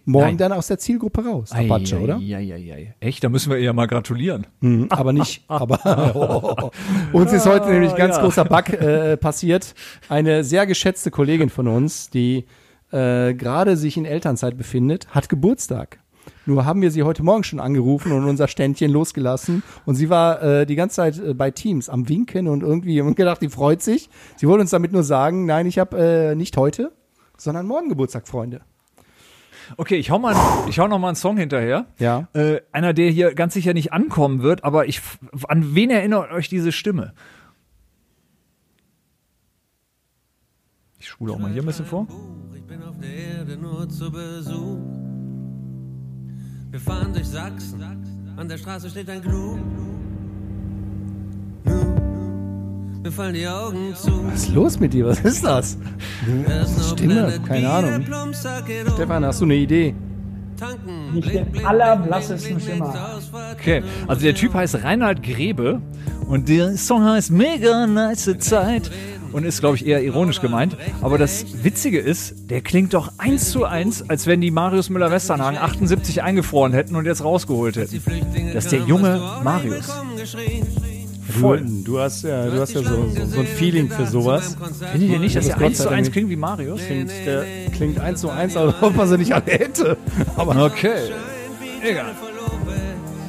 morgen dann aus der Zielgruppe raus. Apache, oder? Ja, ja, ja. Echt, da müssen wir ihr mal gratulieren. Mhm, aber nicht. Aber uns ist heute nämlich ganz ja. großer Bug äh, passiert. Eine sehr geschätzte Kollegin von uns, die äh, gerade sich in Elternzeit befindet, hat Geburtstag. Nur haben wir sie heute Morgen schon angerufen und unser Ständchen losgelassen. Und sie war äh, die ganze Zeit äh, bei Teams am Winken und irgendwie haben gedacht, die freut sich. Sie wollte uns damit nur sagen, nein, ich habe äh, nicht heute, sondern morgen Geburtstag, Freunde. Okay, ich hau, mal, ich hau noch mal einen Song hinterher. Ja. Äh, einer, der hier ganz sicher nicht ankommen wird, aber ich, f- an wen erinnert euch diese Stimme? Ich schule auch mal hier ein bisschen vor. Ich bin auf der Erde nur zu Besuch. Wir fahren durch Sachsen. An der Straße steht ein Gnu. Nu. Mir fallen die Augen zu. Was ist los mit dir? Was ist das? Stimme, keine Ahnung. Stefan, hast du eine Idee? Tanken. Nicht den allerblassesten Schimmer. Okay, also der Typ heißt Reinhard Grebe und der Song heißt Mega Nice Zeit und ist, glaube ich, eher ironisch gemeint. Aber das Witzige ist, der klingt doch eins zu eins, als wenn die Marius Müller-Westernhagen 78 eingefroren hätten und jetzt rausgeholt hätten. Das ist der junge Marius. Voll. Du, Hm. du hast ja, du hast ja so, so, so ein Feeling für sowas. Findet ihr nicht, dass Das der eins zu Gott sei eins Dank. klingt wie Marius? Klingt, der, klingt eins zu eins, aber ob man sie nicht alle hätte. Aber Okay. Egal.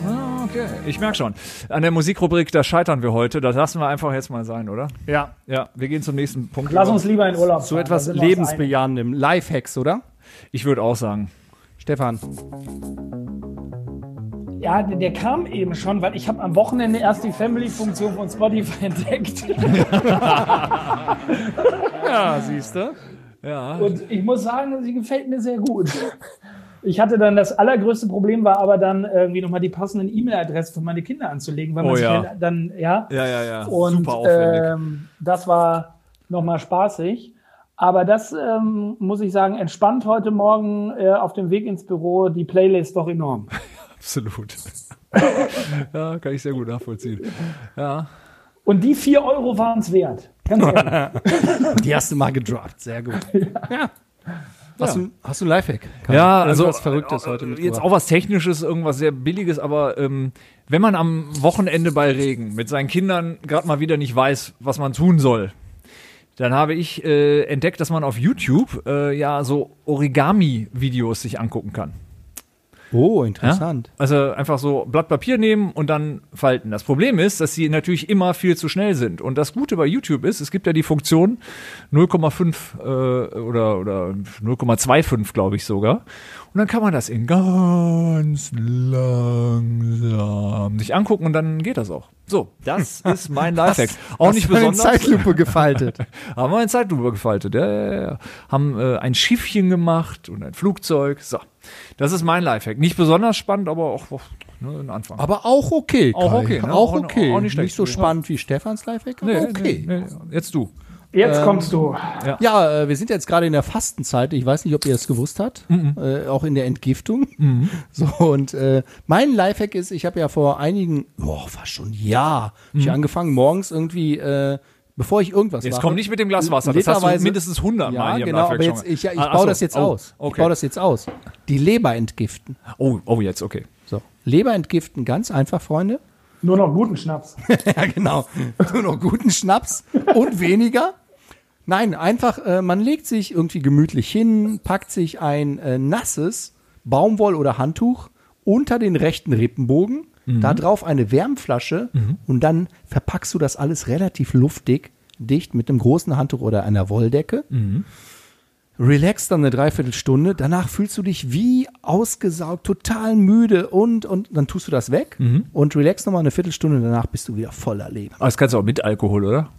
Ah, Okay, ich merke schon. An der Musikrubrik, da scheitern wir heute. Das lassen wir einfach jetzt mal sein, oder? ja, Ja, wir gehen zum nächsten Punkt. Lass über. uns lieber in Urlaub so fahren, etwas da sind wir uns lebensbejahendem. Lifehacks, oder? Ich würde auch sagen. Stefan. einig. Ja, der, der kam eben schon, weil ich habe am Wochenende erst die Family-Funktion von Spotify entdeckt. Ja, siehst du? Ja, Und ich muss sagen, sie gefällt mir sehr gut. Ich hatte dann das allergrößte Problem war aber dann irgendwie nochmal die passenden E-Mail-Adressen für meine Kinder anzulegen, weil man Oh sich ja. halt dann, ja. Ja, ja, ja. Und Super aufwendig. Ähm, das war nochmal spaßig. Aber das, ähm, muss ich sagen, entspannt heute Morgen äh, auf dem Weg ins Büro die Playlist doch enorm. Absolut. ja, kann ich sehr gut nachvollziehen. Ja. Und die vier Euro waren es wert. Ganz ehrlich. Die hast du mal gedroppt. Sehr gut. Ja. Hast, Du, hast du ein Lifehack? Kann Ja, also irgendwas Verrücktes heute mit jetzt auch was Technisches, irgendwas sehr Billiges, aber ähm, wenn man am Wochenende bei Regen mit seinen Kindern gerade mal wieder nicht weiß, was man tun soll, dann habe ich äh, entdeckt, dass man auf YouTube äh, ja so Origami-Videos sich angucken kann. Oh, Ja? interessant. Also einfach so Blatt Papier nehmen und dann falten. Das Problem ist, dass sie natürlich immer viel zu schnell sind. Und das Gute bei YouTube ist, es gibt ja die Funktion 0,5 äh, oder, oder 0,25, glaube ich sogar. Und dann kann man das in ganz langsam sich angucken und dann geht das auch. So, das ist mein Lifehack. Auch nicht Hast du eine besonders. Zeitlupe gefaltet. Haben wir eine Zeitlupe gefaltet. Ja, ja, ja, ja. Haben äh, ein Schiffchen gemacht und ein Flugzeug. So, das ist mein Lifehack. Nicht besonders spannend, aber auch auch, ne, ein Anfang. Aber auch okay. Auch Kai. okay, ne? Auch Auch- auch okay. nicht nicht, schlecht. so spannend wie Stefans Lifehack, aber Nee, okay. nee, nee. Jetzt du. Jetzt kommst du. Ja, äh, wir sind jetzt gerade in der Fastenzeit. Ich weiß nicht, ob ihr das gewusst habt. Mhm. Äh, auch in der Entgiftung. So, und äh, mein Lifehack ist, ich habe ja vor einigen, boah, fast schon ein Jahr, hab ich angefangen, morgens irgendwie, äh, bevor ich irgendwas Mhm. Jetzt mache. komm nicht mit dem Glas Wasser. Das hast du literweise- mindestens 100 Mal ja, hier im genau, Lifehack aber schon jetzt, mal. ich, ich Ah, baue ach so. das jetzt Oh, aus. Ich okay. baue das jetzt aus. Die Leber entgiften. Oh, oh, jetzt, okay. So, Leber entgiften, ganz einfach, Freunde. Nur noch guten Schnaps. Ja, genau. Nur noch guten Schnaps und weniger. Nein, einfach, äh, man legt sich irgendwie gemütlich hin, packt sich ein äh, nasses Baumwoll- oder Handtuch unter den rechten Rippenbogen, da drauf eine Wärmflasche und dann verpackst du das alles relativ luftig, dicht mit einem großen Handtuch oder einer Wolldecke. Relax dann eine Dreiviertelstunde, danach fühlst du dich wie ausgesaugt, total müde und, und dann tust du das weg und relax nochmal eine Viertelstunde, danach bist du wieder voller Leben. Aber Ah, das kannst du auch mit Alkohol, oder?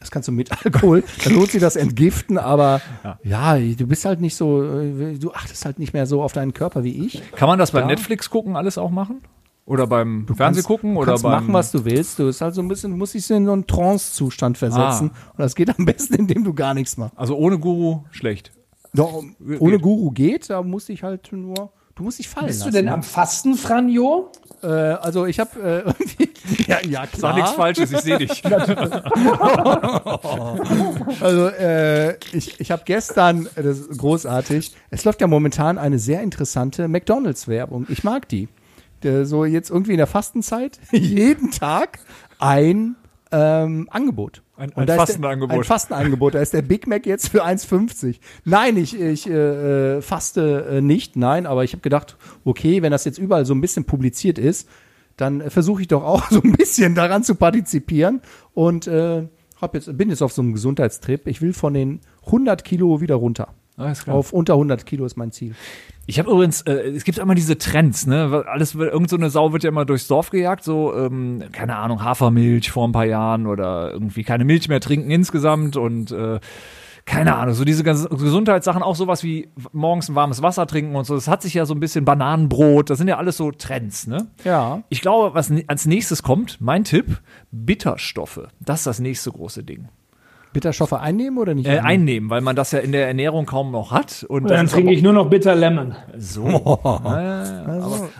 Das kannst du mit Alkohol, dann lohnt sich das Entgiften, aber ja. du bist halt nicht so, äh, du achtest halt nicht mehr so auf deinen Körper wie ich. Kann man das beim Netflix gucken alles auch machen? Oder beim Fernseh gucken? du Oder kannst beim machen, was du willst. Du ist halt so ein bisschen, du musst dich so in so einen Trance-Zustand versetzen und das geht am besten, indem du gar nichts machst. Also ohne Guru schlecht. Doch, ohne Guru geht, da musst dich halt nur, du musst dich fallen Bist du lassen. denn am Fasten, Franjo? Äh, also ich habe äh, irgendwie, ja, ja klar. Sag nichts Falsches, ich sehe dich. Also äh, ich, ich habe gestern, das ist großartig, es läuft ja momentan eine sehr interessante McDonalds-Werbung. Ich mag die. Der, so jetzt irgendwie in der Fastenzeit, jeden Tag ein ähm, Angebot. Ein- Und ein da ist Fastenangebot. Der, ein Fastenangebot. Da ist der Big Mac jetzt für 1,50. Nein, ich, ich äh, äh, faste äh, nicht, nein, aber ich habe gedacht, okay, wenn das jetzt überall so ein bisschen publiziert ist, dann äh, versuche ich doch auch so ein bisschen daran zu partizipieren und äh, hab jetzt, bin jetzt auf so einem Gesundheitstrip. Ich will von den 100 Kilo wieder runter. Alles klar. Auf unter 100 Kilo ist mein Ziel. Ich habe übrigens, äh, es gibt immer diese Trends, ne? Weil Alles, wird- irgend so eine Sau wird ja immer durchs Dorf gejagt, so, ähm, keine Ahnung, Hafermilch vor ein paar Jahren oder irgendwie keine Milch mehr trinken insgesamt und äh, keine Ahnung, so diese ganzen Gesundheitssachen, auch sowas wie w- morgens ein warmes Wasser trinken und so. Das hat sich ja so ein bisschen Bananenbrot, das sind ja alles so Trends, ne? Ja. Ich glaube, was ni- als nächstes kommt, mein Tipp, Bitterstoffe. Das ist das nächste große Ding. Bitterstoffe einnehmen oder nicht? Äh, einnehmen, weil man das ja in der Ernährung kaum noch hat. Und das Dann ist trinke aber- ich nur noch Bitter Lemon. So.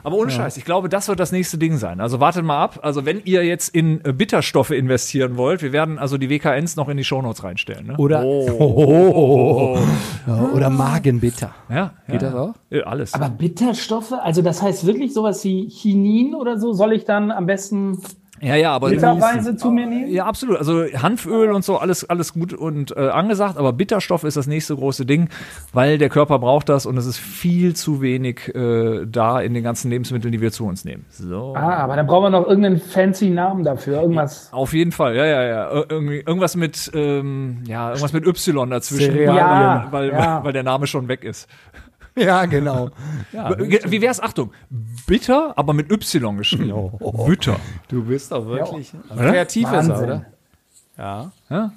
Aber ohne Scheiß, ich glaube, das wird das nächste Ding sein. Also wartet mal ab. Also wenn ihr jetzt in äh, Bitterstoffe investieren wollt, wir werden also die WKNs noch in die Shownotes reinstellen. Ne? Oder, Oh. Ja, oder Magenbitter. Ja, ja. Geht das auch? Äh, Alles. Aber Bitterstoffe? Also das heißt wirklich sowas wie Chinin oder so? Soll ich dann am besten ja, ja, aber bitterweise zu mir nehmen? ja, absolut. Also Hanföl und so, alles, alles gut und äh, angesagt, aber Bitterstoff ist das nächste große Ding, weil der Körper braucht das und es ist viel zu wenig äh, da in den ganzen Lebensmitteln, die wir zu uns nehmen. So. Ah, aber dann brauchen wir noch irgendeinen fancy Namen dafür. Irgendwas. Auf jeden Fall, ja, ja, ja. Ir- Irgendwie, irgendwas mit, ähm, ja, irgendwas mit Y dazwischen, Cerealien. weil- weil, Ja. weil der Name schon weg ist. Ja, genau. Wie- Wie wär's, Achtung, bitter, aber mit Y geschrieben. Bitter. Du bist doch wirklich Oder? kreativ, ist er, Wahnsinn. oder? Ja. Ja?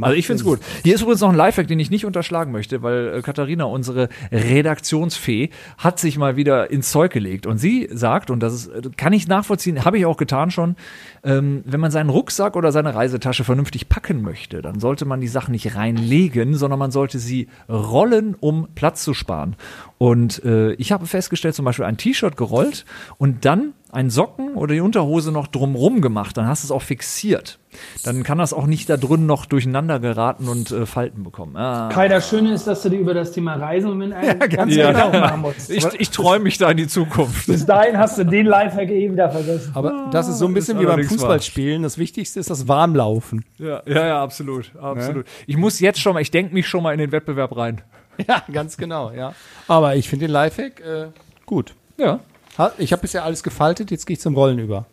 Also ich finde es gut. Hier ist übrigens noch ein Lifehack, den ich nicht unterschlagen möchte, weil äh, Katharina, unsere Redaktionsfee, hat sich mal wieder ins Zeug gelegt. Und sie sagt, und das ist, äh, kann ich nachvollziehen, habe ich auch getan schon, ähm, wenn man seinen Rucksack oder seine Reisetasche vernünftig packen möchte, dann sollte man die Sachen nicht reinlegen, sondern man sollte sie rollen, um Platz zu sparen. Und äh, ich habe festgestellt, zum Beispiel ein T-Shirt gerollt und dann einen Socken oder die Unterhose noch drumrum gemacht, dann hast du es auch fixiert. Dann kann das auch nicht da drin noch durcheinander geraten und äh, Falten bekommen. Ah. Kai, das Schöne ist, dass du dir über das Thema Reisen im Moment einen ganz ja. genau machen musst. Ich, ich träume mich da in die Zukunft. Bis dahin hast du den Lifehack eh wieder vergessen. Aber das ist so ein bisschen ist wie beim allerdings wahr. Fußballspielen. Das Wichtigste ist das Warmlaufen. Ja, ja, ja Ne? absolut. absolut. Ich muss jetzt schon mal, ich denke mich schon mal in den Wettbewerb rein. Ja, ganz genau, ja. Aber ich finde den Lifehack äh, gut. Ja. Ha- Ich habe bisher alles gefaltet, jetzt gehe ich zum Rollen über.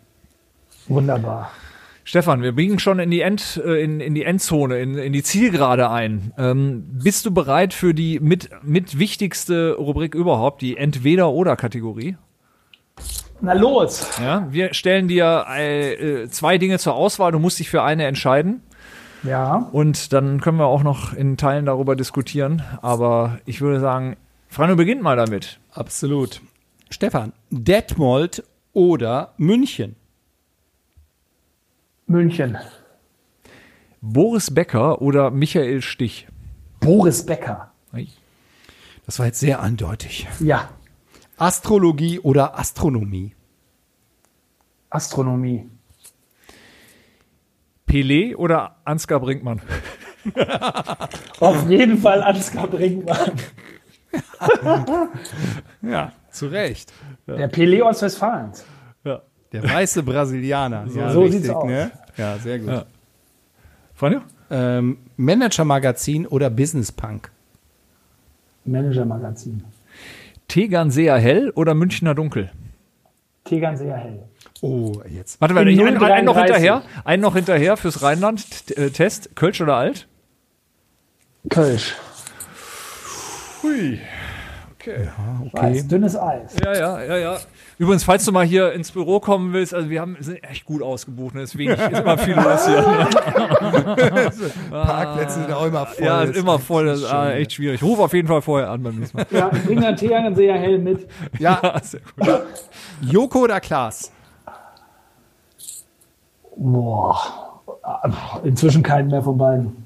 Wunderbar. Stefan, wir biegen schon in die, End, äh, in, in die Endzone, in, in die Zielgerade ein. Ähm, bist du bereit für die mit, mit wichtigste Rubrik überhaupt, die Entweder-Oder-Kategorie? Na los. Ja, wir stellen dir äh, äh, zwei Dinge zur Auswahl. Du musst dich für eine entscheiden. Ja. Und dann können wir auch noch in Teilen darüber diskutieren. Aber ich würde sagen, Frano beginnt mal damit. Absolut. Stefan, Detmold oder München? München. Boris Becker oder Michael Stich? Boris Becker. Das war jetzt sehr eindeutig. Ja. Astrologie oder Astronomie? Astronomie. Pelé oder Ansgar Brinkmann? Auf jeden Fall Ansgar Brinkmann. Ja. Zu Recht. Der Pelé aus Westfalen. Der weiße Brasilianer. Ja, ne? so sieht's aus. ne? Ja, sehr gut. Ja. Franjo? Ähm, Manager-Magazin oder Business-Punk? Manager-Magazin. Tegernseer hell oder Münchner dunkel? Tegernseer Hell. Oh, jetzt. Warte mal, In ich, einen, einen noch 0,33. hinterher. Einen noch hinterher fürs Rheinland. T äh, Test. Kölsch oder alt? Kölsch. Weiß. Okay. Dünnes Eis. Ja, ja, ja, ja. Übrigens, falls du mal hier ins Büro kommen willst, also wir haben sind echt gut ausgebucht, ne? Ist wenig, ist immer viel los hier. Parkplätze sind auch immer voll. Ja, ist immer voll, das ist ah, echt schwierig. Ruf auf jeden Fall vorher an beim nächsten Mal. Ja, ich bringe dann Tegernseer Hell mit. Ja, Sehr gut. Joko oder Klaas? Boah. Inzwischen keinen mehr von beiden.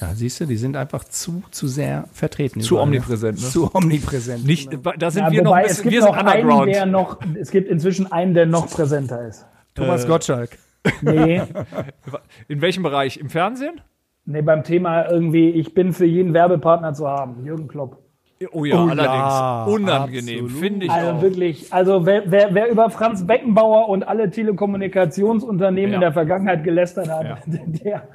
Ja, siehst du, die sind einfach zu, zu sehr vertreten. Zu überall, ne? omnipräsent, ne? Zu omnipräsent. Nicht, da sind Ja, wir noch wobei, ein es bisschen, gibt wir noch sind einen, underground. der noch, es gibt inzwischen einen, der noch präsenter ist. Thomas Gottschalk. Nee, In welchem Bereich? Im Fernsehen? nee, beim Thema irgendwie, ich bin für jeden Werbepartner zu haben. Jürgen Klopp. Oh ja, Oh ja, allerdings. Unangenehm, absolut. finde ich Also auch. wirklich, also wer, wer, wer über Franz Beckenbauer und alle Telekommunikationsunternehmen Ja. in der Vergangenheit gelästert hat, der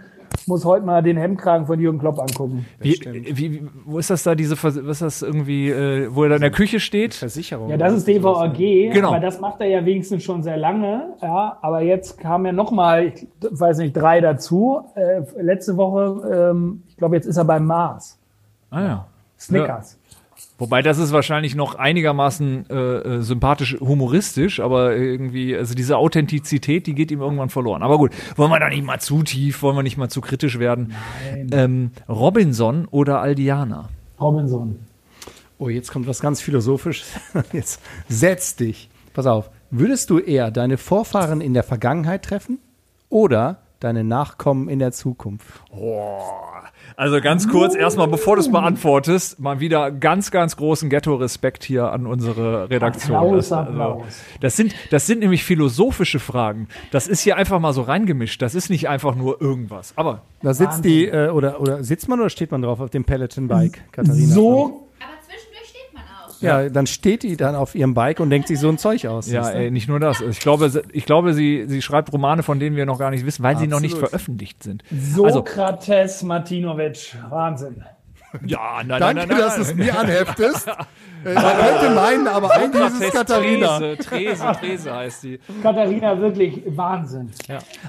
muss heute mal den Hemdkragen von Jürgen Klopp angucken. Wie, wie, wie- wo ist das da, diese, Vers- was ist das irgendwie, äh, wo er da in der Küche steht? Versicherung. Ja, das ist DVAG, Genau. aber das macht er ja wenigstens schon sehr lange. Ja, aber jetzt kam ja nochmal, ich weiß nicht, drei dazu. Äh, letzte Woche, ähm, ich glaube, jetzt ist er bei Mars. Ah ja. Snickers. Wobei das ist wahrscheinlich noch einigermaßen äh, äh, sympathisch, humoristisch, aber irgendwie, also diese Authentizität, die geht ihm irgendwann verloren. Aber gut, wollen wir da nicht mal zu tief, wollen wir nicht mal zu kritisch werden. Ähm, Robinson oder Aldiana? Robinson. Oh, jetzt kommt was ganz Philosophisches. Jetzt setz dich. Pass auf. Würdest du eher deine Vorfahren in der Vergangenheit treffen oder deine Nachkommen in der Zukunft? Oh, Also ganz kurz, erstmal bevor du es beantwortest, mal wieder ganz, ganz großen Ghetto-Respekt hier an unsere Redaktion. Applaus, das, also, Applaus. das, sind, das sind nämlich philosophische Fragen. Das ist hier einfach mal so reingemischt. Das ist nicht einfach nur irgendwas. Aber Da sitzt die, äh, oder, oder sitzt man oder steht man drauf auf dem Peloton-Bike, Katharina? So, Aber zwischendurch steht man auf. Ja, dann steht die dann auf ihrem Bike und denkt sich so ein Zeug aus. Ja, siehst du? ey, nicht nur das. Ich glaube, se- ich glaube sie, sie schreibt Romane, von denen wir noch gar nicht wissen, weil sie noch nicht Absolut. veröffentlicht sind. Also Also, Sokrates Martinovic. Wahnsinn. Ja, nein, Danke, dass du es mir anheftest. Äh, Man könnte meinen, aber eigentlich ist es Katharina. Trese, Trese, Trese heißt die. Katharina, wirklich Wahnsinn.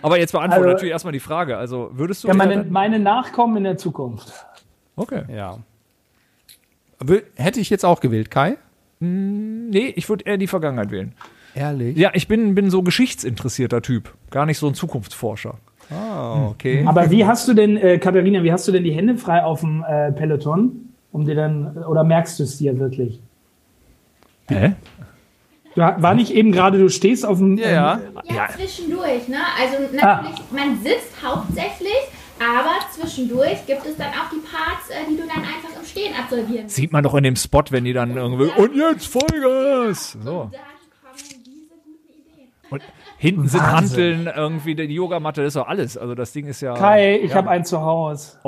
Aber jetzt beantworte Also- natürlich erstmal die Frage. Also würdest du. Ja, meine, meine Nachkommen in der Zukunft. okay. Ja. Wür- Hätte ich jetzt auch gewählt, Kai? Nee, ich würde eher die Vergangenheit wählen. Ehrlich? Ja, ich bin, bin so geschichtsinteressierter Typ. Gar nicht so ein Zukunftsforscher. Ah, okay. Aber wie hast du denn, äh, Katharina, wie hast du denn die Hände frei auf dem äh, Peloton? Um dir dann, oder merkst du es dir wirklich? Hä? Du, war nicht eben gerade, du stehst ähm, auf dem. Ja, ja. Ja, zwischendurch, ne? Also natürlich, man sitzt hauptsächlich, aber zwischendurch gibt es dann auch die Parts, äh, die du dann einfach im Stehen absolvieren musst. Sieht man doch in dem Spot, wenn die dann irgendwie. Und jetzt Vollgas! So. Dann kommen diese guten Ideen. Und hinten sind Hanteln, irgendwie die Yogamatte, das ist doch alles. Also das Ding ist ja. Kai, ich habe einen zu Hause.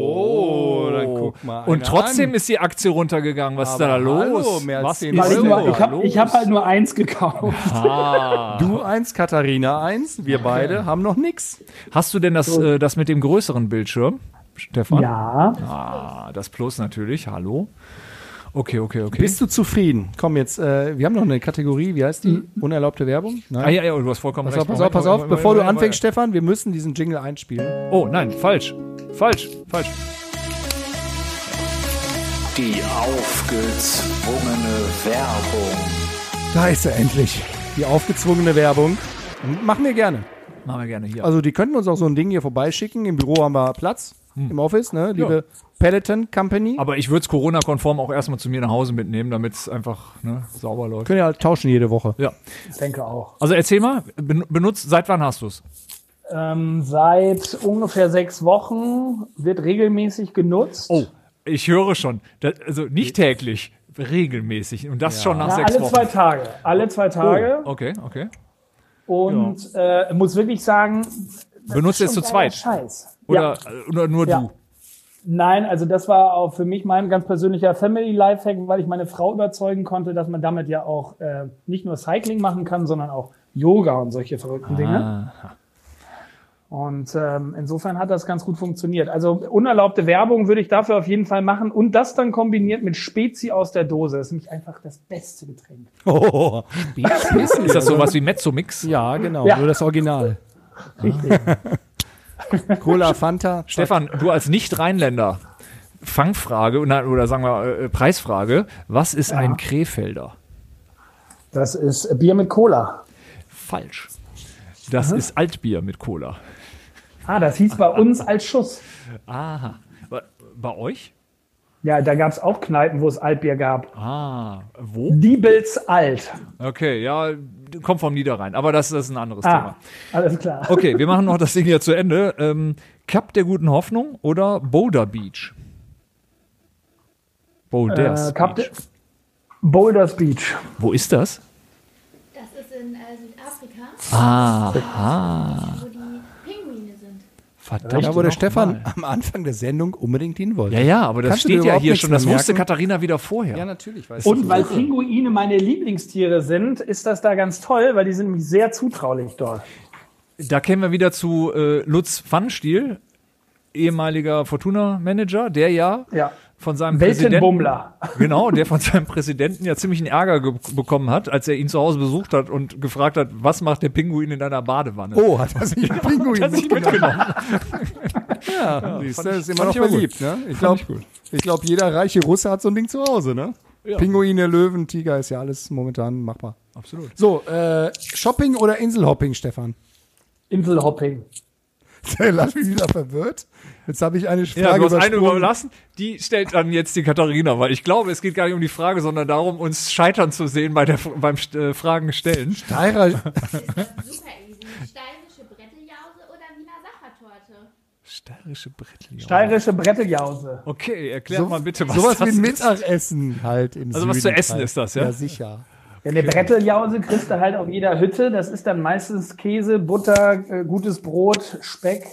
Oh, dann guck mal Und einer trotzdem an. ist die Aktie runtergegangen. Was ist Aber da los? hallo, mehr als Was 10 ist Weil ich Euro. da nur- ich habe los? Ah. hab halt nur eins gekauft. Du eins, Katharina eins, wir beide haben noch nix. Hast du denn das, äh, das mit dem größeren Bildschirm, Stefan? Ja. Ah, das Plus natürlich. Hallo. Okay, okay, okay. Bist du zufrieden? Komm jetzt, äh, wir haben noch eine Kategorie, wie heißt die? Unerlaubte Werbung? Nein. ah, ja, ja, du hast vollkommen Mhm. Pass recht. auf, pass auf, pass auf, Moment, bevor du Moment, Moment, anfängst, Stefan, wir müssen diesen Jingle einspielen. Moment. Oh, nein, falsch. Falsch, falsch. Die aufgezwungene Werbung. Da ist er endlich. Die aufgezwungene Werbung. Machen wir gerne. Machen wir gerne hier. Also die könnten uns auch so ein Ding hier vorbeischicken. Im Büro haben wir Platz, im Office, ne? Liebe Peloton Company. aber ich würde es Corona-konform auch erstmal zu mir nach Hause mitnehmen, damit es einfach ne, sauber läuft. Können ja halt tauschen jede Woche. Ja. Ich denke auch. Also erzähl mal, ben- benutzt, seit wann hast du es? Ähm, seit ungefähr sechs Wochen wird regelmäßig genutzt. Oh, ich höre schon. Da- also nicht täglich, regelmäßig. Und das schon nach Ja, sechs alle Wochen. Oh, zwei Tage. Alle zwei Tage. okay, okay. Und äh, muss wirklich sagen, Oh. Benutzt ihr es schon zu geiler zweit? Scheiß. ja. Oder, oder nur Ja. du? Nein, also das war auch für mich mein ganz persönlicher Family Lifehack, weil ich meine Frau überzeugen konnte, dass man damit ja auch äh, nicht nur Cycling machen kann, sondern auch Yoga und solche verrückten Dinge. Ah. Und ähm, insofern hat das ganz gut funktioniert. Also unerlaubte Werbung würde ich dafür auf jeden Fall machen und das dann kombiniert mit Spezi aus der Dose. Das ist nämlich einfach das beste Getränk. Oh. Ist das sowas wie Mezzomix? Ja, genau. Ja. Nur das Original. Richtig. Cola, Fanta. Stefan, du als Nicht-Rheinländer, Fangfrage na, oder sagen wir äh, Preisfrage, was ist ein Krefelder? Das ist Bier mit Cola. Falsch. Das ist Altbier mit Cola. Ah, das hieß bei uns als Schuss. Aha. Bei, bei euch? Ja, da gab es auch Kneipen, wo es Altbier gab. Ah, wo? Diebels Alt. Okay, ja, kommt vom Niederrhein, aber das, das ist ein anderes Ah, Thema. alles klar. Okay, wir machen noch das Ding hier zu Ende. Ähm, Cap der guten Hoffnung oder Boulder Beach? Boulders Äh, Kap- Beach. Boulders Beach. Wo ist das? Das ist in äh, Südafrika, Ah. Aha, wo die Pinguine sind. verdammt. Da, wo der noch Stefan mal. am Anfang der Sendung unbedingt hin wollte. Ja, ja, aber das Kannst du dir steht ja überhaupt hier nichts schon. Das mehr wusste merken? Katharina wieder vorher. natürlich. Weiß Und weil Pinguine meine Lieblingstiere sind, ist das da ganz toll, weil die sind nämlich sehr zutraulich dort. Da kämen wir wieder zu äh, Lutz Pfannstiel, ehemaliger Fortuna-Manager, der ja, Ja. von seinem Präsidenten, Weltenbummler. genau, der von seinem Präsidenten ja ziemlich einen Ärger ge- bekommen hat, als er ihn zu Hause besucht hat und gefragt hat, was macht der Pinguin in deiner Badewanne? Oh, hat er sich einen Pinguin Hat sich mitgenommen. Ja, siehst du, das ist immer noch fand ich aber beliebt. Ne? Ich glaube, ich gut. ich glaub, jeder reiche Russe hat so ein Ding zu Hause. Ne? Ja. Pinguine, Löwen, Tiger ist ja alles momentan machbar. Absolut. So, äh, Shopping oder Inselhopping, Stefan? Inselhopping. Der lass mich wieder verwirrt. Jetzt habe ich eine Frage Ja, du hast eine übersprungen. überlassen, die stellt dann jetzt die Katharina, weil ich glaube, es geht gar nicht um die Frage, sondern darum, uns scheitern zu sehen bei der, beim äh, Fragen stellen. Steira, Super easy. Steirische Bretteljause oder Wiener Sachertorte? Steirische Brettel. Steirische Bretteljause. Okay, erklärt mal bitte, was sowas das wie ein ist. Mittagessen halt im Also was Süden zu essen halt. ist das, ja? Ja, sicher. Ja, eine Bretteljause kriegst du halt auf jeder Hütte. Das ist dann meistens Käse, Butter, äh, gutes Brot, Speck,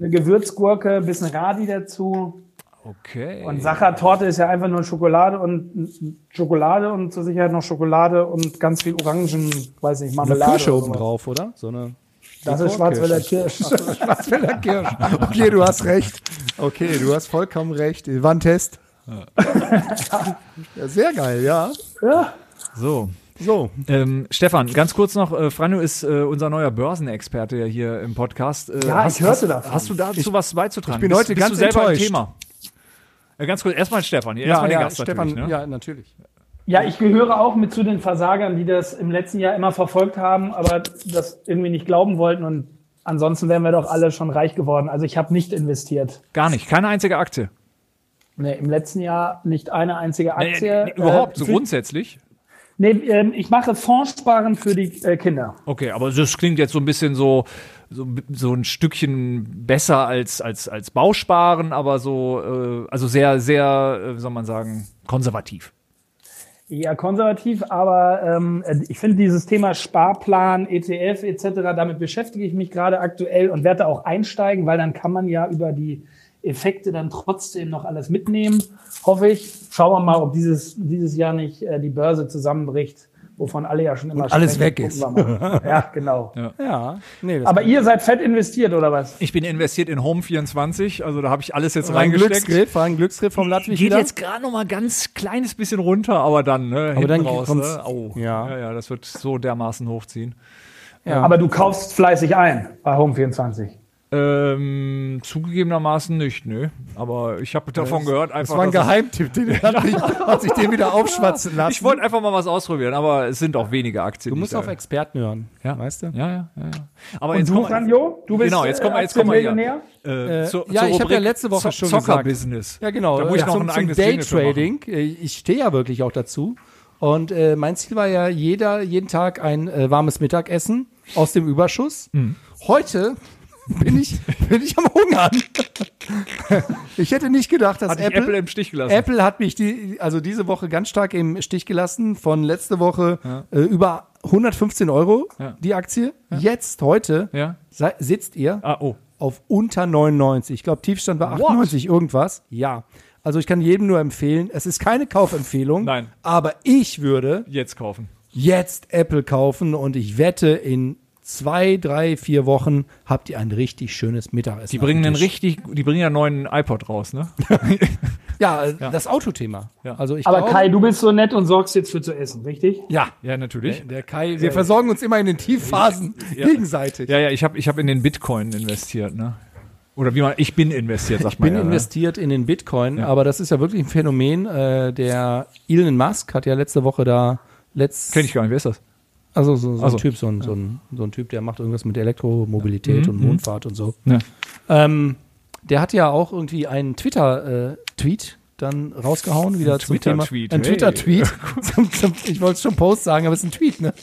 eine Gewürzgurke, bisschen Radi dazu. Okay. Und Sachertorte ist ja einfach nur Schokolade und Schokolade und zur Sicherheit noch Schokolade und ganz viel Orangen, weiß nicht, Eine Marmelade. Kirsche oder oben sowas. drauf, oder? So eine Das ist Schwarzwälder Kirsch. Schwarzwälder Kirsch. Okay, du hast recht. Okay, du hast vollkommen recht. War ein Test. Ja, sehr geil, ja. so. So, Ähm, Stefan, ganz kurz noch, äh, Franjo ist äh, unser neuer Börsenexperte ja hier im Podcast. Äh, Ja, ich hörte davon. Hast du dazu was beizutragen? ich bin bist, heute bist ganz du selber enttäuscht. im Thema? Äh, ganz kurz, erstmal Stefan, hier, erstmal den Gast Stefan, natürlich. Ne? ja, Ah, natürlich. Ja, ich gehöre auch mit zu den Versagern, die das im letzten Jahr immer verfolgt haben, aber das irgendwie nicht glauben wollten und Ansonsten wären wir doch alle schon reich geworden. Also ich habe nicht investiert. Gar nicht. Keine einzige Aktie. Nee, Im letzten Jahr nicht eine einzige Nee, Aktie. nee, überhaupt, Äh, so für- grundsätzlich. Nee, ähm, ich mache Fondssparen für die äh, Kinder. Okay, aber das klingt jetzt so ein bisschen so, so, so ein Stückchen besser als, als, als Bausparen, aber so, äh, also sehr, sehr, äh, wie soll man sagen, konservativ. Eher konservativ, aber ähm, ich finde dieses Thema Sparplan, E ETF etc., damit beschäftige ich mich gerade aktuell und werde da auch einsteigen, weil dann kann man ja über die Effekte dann trotzdem noch alles mitnehmen, hoffe ich. Schauen wir mal, ob dieses, dieses Jahr nicht äh, die Börse zusammenbricht, wovon alle ja schon immer und alles weg ist. Ja, genau. Ja, nee, das Aber ihr seid fett investiert, oder was? Ich bin investiert in Home24, also da habe ich alles jetzt war ein reingesteckt. Glücksgriff, war ein Glücksgriff vom Latwig Geht jetzt gerade noch mal ganz kleines bisschen runter, aber dann, ne? hinten dann raus, kommt's- ne? Au. ja. ja, ja, das wird so dermaßen hochziehen. Ja. Aber du kaufst fleißig ein bei Home24. Ähm, zugegebenermaßen nicht, nö. Aber ich habe davon gehört, einfach. Das war ein dass es- Geheimtipp, den der Latwig hat sich den wieder aufschwatzen lassen. Ich wollte einfach mal was ausprobieren, aber es sind auch wenige Aktien. du die musst ich auf da- Experten hören, ja. weißt du? Ja, ja, ja. ja. Aber Und jetzt du, kommen wir- Franjo, du bist genau, jetzt kommen wir, jetzt kommen wir hier. Aktienmillionär? Äh, Äh, zu, ja, zur ich hab ja Rubrik letzte Woche schon gesagt. Zocker-Business. Ja, genau. Da muss Äh, ich noch zum, ein zum eigenes Jingle für Daytrading. Äh, Ich stehe ja wirklich auch dazu. Und äh, mein Ziel war ja jeder, jeden Tag ein äh, warmes Mittagessen aus dem Überschuss. Hm. Heute bin ich, bin ich am Hungern. ich hätte nicht gedacht, dass Hat dich Apple, Apple, im Stich gelassen. Apple hat mich die, also diese Woche ganz stark im Stich gelassen. Von letzte Woche äh, über 115 Euro Ja. die Aktie. Jetzt, heute, Ja. sei- sitzt ihr Ah, oh. auf unter 99. Ich glaube, Tiefstand war 98 irgendwas. Ja. Also ich kann jedem nur empfehlen, es ist keine Kaufempfehlung, Nein. aber ich würde Jetzt kaufen. jetzt Apple kaufen und ich wette, in zwei, drei, vier Wochen habt ihr ein richtig schönes Mittagessen. Die bringen am einen Tisch. richtig, die bringen ja einen neuen iPod raus, ne? Ja, äh, das Autothema. Ja. Also ich Aber glaube- Kai, du bist so nett und sorgst jetzt für zu essen, richtig? Ja. Ja, natürlich. Der Kai, wir versorgen uns immer in den Tiefphasen gegenseitig. Ja, ja, ich habe ich hab in den Bitcoin investiert, ne? Oder wie man, ich bin investiert, sagt Ich bin man. ja, ne? investiert in den Bitcoin, aber das ist ja wirklich ein Phänomen. Äh, der Elon Musk hat ja letzte Woche da letzt, Kenn ich gar nicht, wer ist das? Also so, so Also. ein Typ, so ein, so, ein, so ein Typ, der macht irgendwas mit Elektromobilität und Mondfahrt und so. Ja. Mhm. Ähm, der hat ja auch irgendwie einen Twitter-Tweet dann rausgehauen, wieder zum Thema. Twitter-Tweet, Ein hey. Twitter-Tweet. zum, zum, ich wollte schon Post sagen, aber es ist ein Tweet, ne?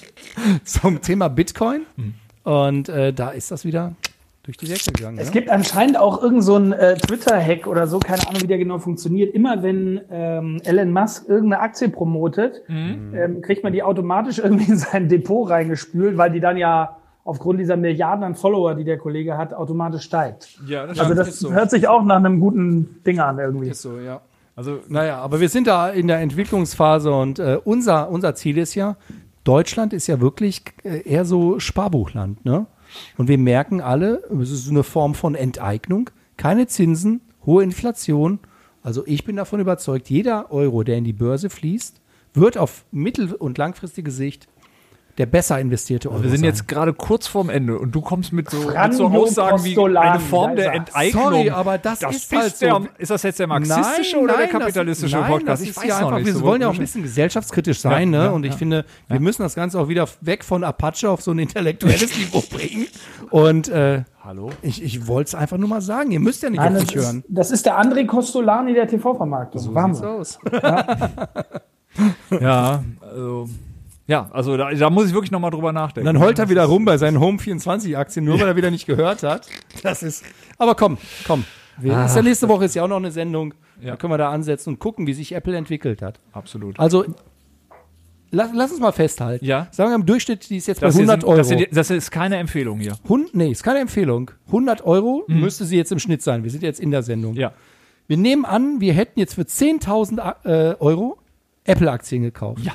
Zum Thema Bitcoin. Mhm. Und äh, da ist das wieder durch die Decke gegangen. Es Ne? gibt anscheinend auch irgendeinen so einen, äh, Twitter-Hack oder so, keine Ahnung, wie der genau funktioniert. Immer wenn ähm, Elon Musk irgendeine Aktie promotet, Mhm. ähm, kriegt man die automatisch irgendwie in sein Depot reingespült, weil die dann ja aufgrund dieser Milliarden an Follower, die der Kollege hat, automatisch steigt. Ja, das Also das hört sich auch nach einem guten Ding an irgendwie. Ist so, ja. Also, Naja, aber wir sind da in der Entwicklungsphase und äh, unser, unser Ziel ist ja, Deutschland ist ja wirklich äh, eher so Sparbuchland, ne? Und wir merken alle, es ist eine Form von Enteignung, keine Zinsen, hohe Inflation. Also ich bin davon überzeugt, jeder Euro, der in die Börse fließt, wird auf mittel- und langfristige Sicht der besser investierte Euro Also wir sind sein. jetzt gerade kurz vorm Ende und du kommst mit so, mit so Franjo Aussagen wie Postolani, eine Form da der ist er. Enteignung. Sorry, aber das ist bist halt so. der, Ist das jetzt der marxistische oder der kapitalistische das, nein, Podcast? Das ist ja einfach, Wir so wollen ja auch ein wirklich. bisschen gesellschaftskritisch sein, Ja, ne? ja, und ich ja. finde, wir müssen das Ganze auch wieder weg von Apache auf so ein intellektuelles Niveau bringen. Und äh, Hallo? ich, ich wollte es einfach nur mal sagen. Ihr müsst ja nicht Nein, auf das, mich ist, hören. das ist der André Costolani der TV-Vermarktung. Wahnsinn. aus. Ja, also, ja, also da, da muss ich wirklich nochmal drüber nachdenken. Und dann heult er wieder rum bei seinen Home 24 Aktien, nur weil er wieder nicht gehört hat. Das ist. Aber komm, komm. Wir, ist ja nächste Woche ist ja auch noch eine Sendung. Da Ah. Ja. können wir da ansetzen und gucken, wie sich Apple entwickelt hat. Absolut. Also lass, lass uns mal festhalten. Ja. Sagen wir im Durchschnitt, die ist jetzt Das bei hier 100 sind, Euro. Das, hier, das ist keine Empfehlung hier. Hund, nee, ist keine Empfehlung. 100 Euro müsste sie jetzt im Schnitt sein. Wir sind jetzt in der Sendung. Mhm. Ja. Wir nehmen an, wir hätten jetzt für 10.000 A- äh, Euro Apple-Aktien gekauft. Ja.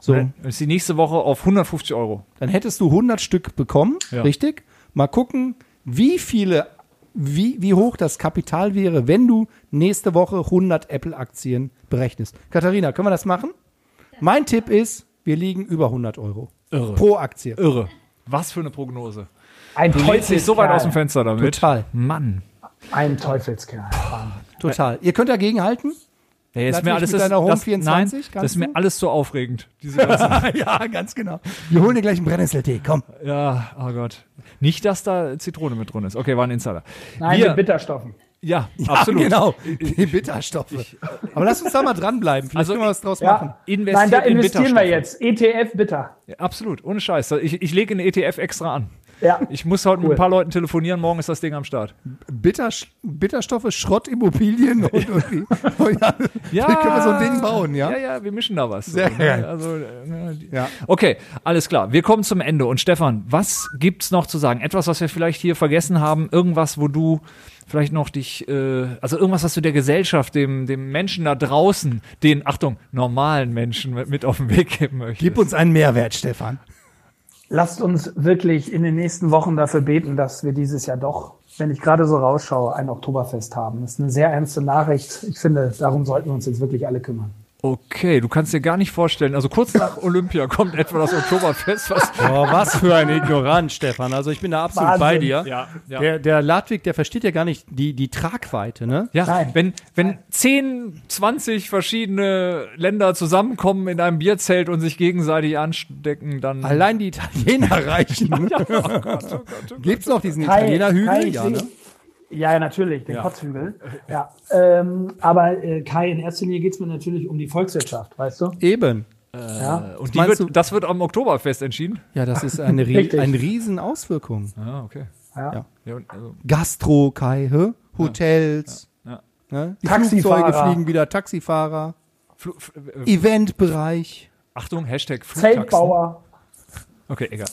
So, Dann ist die nächste Woche auf 150 Euro. dann hättest du 100 Stück bekommen, Ja. richtig? Mal gucken, wie viele, wie, wie hoch das Kapital wäre, wenn du nächste Woche 100 Apple-Aktien berechnest. Katharina, können wir das machen? Mein Tipp ist, wir liegen über 100 Euro Irre. pro Aktie. Irre. Was für eine Prognose. Ein Du lehnst dich so weit aus dem Fenster damit. Total. Mann. Ein Teufelskerl. Total. Ihr könnt dagegen halten. Ey, ist mir Natürlich alles, mit das, deiner Home das, 24 nein, das kannst ist mir du? alles so aufregend. Diese ganze, ja, ganz genau. Wir holen dir gleich einen Brennnesseltee, komm. ja, oh Gott. Nicht, dass da Zitrone mit drin ist. Okay, war ein Insider. Nein, Wir- mit Bitterstoffen. Ja, absolut. Genau, die Bitterstoffe. Aber lass uns da mal dranbleiben. Vielleicht Also können wir was draus Ja. machen. Investiert Nein, da in investieren wir Bitterstoffe. jetzt. ETF Bitter. Ja, absolut, ohne Scheiß. Ich, ich lege einen ETF extra an. Ja. Ich muss heute mit Cool. ein paar Leuten telefonieren, morgen ist das Ding am Start. Bitters Bitterstoffe, Schrottimmobilien und irgendwie. Oh ja, vielleicht können wir so ein Ding bauen, ja? Ja, ja, wir mischen da was. Sehr so, ne? geil. Also, äh, die- Ja. Okay, alles klar. Wir kommen zum Ende. Und Stefan, was gibt's noch zu sagen? Etwas, was wir vielleicht hier vergessen haben? Irgendwas, wo du vielleicht noch dich, äh, also irgendwas, was du der Gesellschaft, dem, dem Menschen da draußen, den, Achtung, normalen Menschen mit, mit auf den Weg geben möchtest? Gib uns einen Mehrwert, Stefan. Lasst uns wirklich in den nächsten Wochen dafür beten, dass wir dieses Jahr doch, wenn ich gerade so rausschaue, ein Oktoberfest haben. Das ist eine sehr ernste Nachricht. Ich finde, darum sollten wir uns jetzt wirklich alle kümmern. Okay, du kannst dir gar nicht vorstellen, also kurz nach Olympia kommt etwa das Oktoberfest, was Oh, was für ein Ignorant, Stefan. Also ich bin da absolut Wahnsinn. bei dir. Ja, ja. Der, der Ludwig, der versteht ja gar nicht die, die Tragweite, ne? Ja, Nein. wenn, wenn 10, 20 verschiedene Länder zusammenkommen in einem Bierzelt und sich gegenseitig anstecken, dann. Allein die Italiener reichen. Oh Gibt's noch diesen Italienerhügel? Kai, Ja, ne? Ja, ja, natürlich, den Kotzhügel. Ja, ähm, aber äh, Kai, in erster Linie geht es mir natürlich um die Volkswirtschaft, weißt du? Eben. Ja. und die meinst wird, du? das wird am Oktoberfest entschieden. Ja, das ist eine, Rie Richtig. eine Riesenauswirkung. Ah, okay. Ja. Ja. Ja, und, also, Gastro, Kai, hä? Hotels. Ja. Ne? Die Taxifahrer. Flugzeuge fliegen wieder, Taxifahrer, Flu- f- äh, Eventbereich. Achtung, Hashtag Flugtaxen. Zeltbauer. Okay, egal.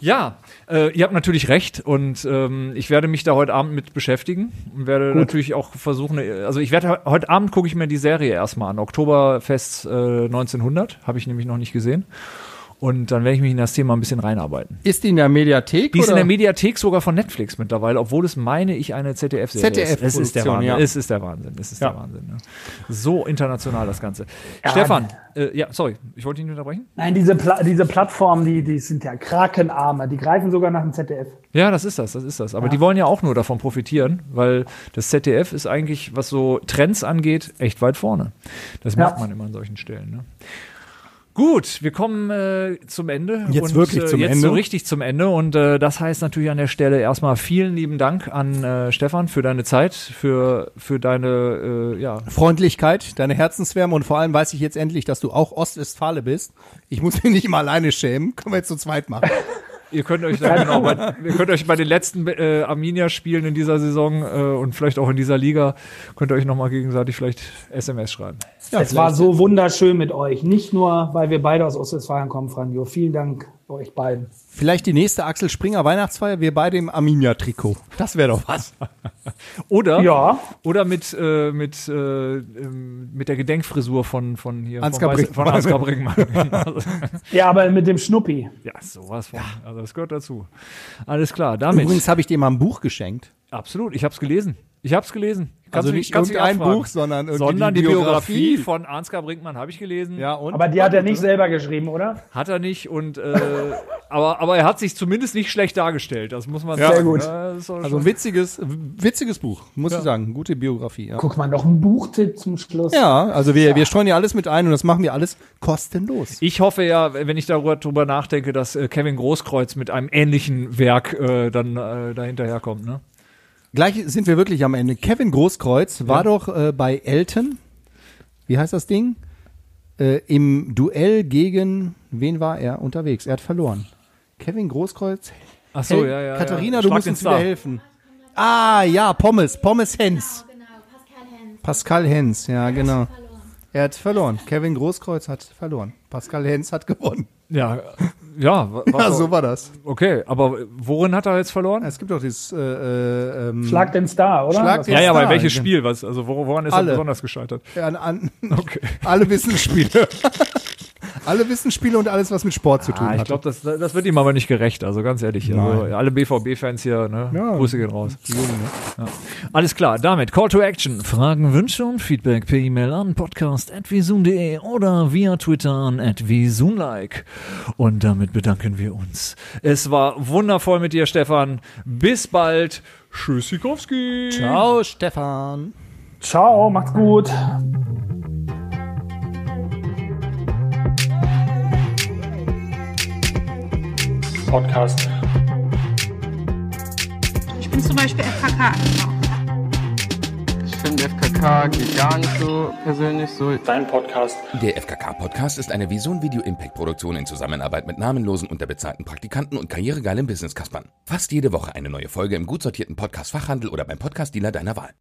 Ja, äh, ihr habt natürlich recht und ähm, ich werde mich da heute Abend mit beschäftigen und werde natürlich auch versuchen, äh, also ich werde he- heute Abend gucke ich mir die Serie erstmal an, Oktoberfest äh, 1900, habe ich nämlich noch nicht gesehen und dann werde ich mich in das Thema ein bisschen reinarbeiten. Ist die in der Mediathek? Die ist in oder? der Mediathek sogar von Netflix mittlerweile, obwohl es meine ich eine ZDF-Serie ist. Es ist der ZDF-Produktion, Wahnsinn. ja. Es ist der Wahnsinn. Es ist Ja. der Wahnsinn. Ne? So international das Ganze. Stefan, äh, ja, sorry, ich wollte dich nicht unterbrechen. Nein, diese, Pla diese Plattformen, die, die sind ja Krakenarme, die greifen sogar nach dem ZDF. Ja, das ist das, das ist das. Aber die wollen ja auch nur davon profitieren, weil das ZDF ist eigentlich, was so Trends angeht, echt weit vorne. Das Ja. merkt man immer an solchen Stellen. Ne? Gut, wir kommen äh, zum Ende. Jetzt und, äh, wirklich zum jetzt Ende. so richtig zum Ende. Und äh, das heißt natürlich an der Stelle erstmal vielen lieben Dank an äh, Stefan für deine Zeit, für, für deine, äh, ja, Freundlichkeit, deine Herzenswärme und vor allem weiß ich jetzt endlich, dass du auch Ostwestfale bist. Ich muss mich nicht immer alleine schämen. Können wir jetzt zu zweit machen. Ihr könnt euch da genau, bei, ihr könnt euch bei den letzten äh, Arminia-Spielen in dieser Saison äh, und vielleicht auch in dieser Liga, könnt ihr euch nochmal gegenseitig vielleicht SMS schreiben. Ja, es war so wunderschön mit euch. Nicht nur, weil wir beide aus Ostwestfalen kommen, Franjo. Vielen Dank euch beiden. Vielleicht die nächste Axel Springer Weihnachtsfeier, wir beide im Arminia-Trikot. Das wäre doch was. Oder, Ja. oder mit, äh, mit, äh, ähm, mit der Gedenkfrisur von, von hier Ansgar von, Weiß- Brinkmann. von Ansgar Brinkmann. Also, Ja, aber mit dem Schnuppi. ja, sowas von. Also das gehört dazu. Alles klar, damit. Übrigens habe ich dir mal ein Buch geschenkt. Absolut, ich habe es gelesen. Ich habe es gelesen. Also mich- nicht kannst mich irgendein abfragen. Buch, sondern irgendwie sondern die die Biografie, Biografie. von Ansgar Brinkmann habe ich gelesen. und? Aber die hat er nicht selber geschrieben, oder? Hat er nicht und äh, aber, aber er hat sich zumindest nicht schlecht dargestellt. Das muss man Ja, sagen. sehr gut. Ja, das ist doch Also schon- ein witziges, witziges Buch, muss ich sagen. Gute Biografie. Ja, Guck mal, noch ein Buchtipp zum Schluss. ja also wir, wir streuen ja alles mit ein und das machen wir alles kostenlos. ich hoffe ja, wenn ich darüber drüber nachdenke, dass äh, Kevin Großkreuz mit einem ähnlichen Werk äh, dann äh, dahinterherkommt. Ne? Gleich sind wir wirklich am Ende. Kevin Großkreuz war doch äh, bei Elton, wie heißt das Ding? Äh, Im Duell gegen, wen war er unterwegs? Er hat verloren. Kevin Großkreuz. Ach Hey, Katharina, du musst uns wieder helfen. Ah, ja, Pommes. Pommes Hens. Genau, Pascal Hens. Pascal Hens, ja, genau. Verloren. Er hat verloren. Kevin Großkreuz hat verloren. Pascal Hens hat gewonnen. Ja, äh, ja, wa- was Ja, auch- so war das. okay. Aber worin hat er jetzt verloren? Es gibt doch dieses äh, äh, ähm, Schlag den Star, Ah, oder? Schlag Was- den- Ja, ja, aber welches Spiel? Was, also woran ist er Alle. besonders gescheitert? an, an, Okay. alle Wissensspiele. alle Wissensspiele und alles, was mit Sport zu tun Ah, ich hat. glaube, das, das wird ihm aber nicht gerecht, also ganz ehrlich. Also, alle BVB-Fans hier, ne? Ja. ne? Grüße gehen raus. Ja. Alles klar, damit Call to Action. Fragen, Wünsche und Feedback per E-Mail an podcast.visun.de oder via Twitter an visunlike. Und damit bedanken wir uns. Es war wundervoll mit dir, Stefan. Bis bald. Tschüssikowski. Ciao, Stefan. Ciao, macht's gut. Podcast. Ich bin zum Beispiel FKK. Ich finde FKK geht gar nicht so persönlich so. Dein Podcast. Der FKK-Podcast ist eine Vision Video Impact Produktion in Zusammenarbeit mit namenlosen, unterbezahlten Praktikanten und karrieregeilen Business-Kaspern. Fast jede Woche eine neue Folge im gut sortierten Podcast-Fachhandel oder beim Podcast-Dealer deiner Wahl.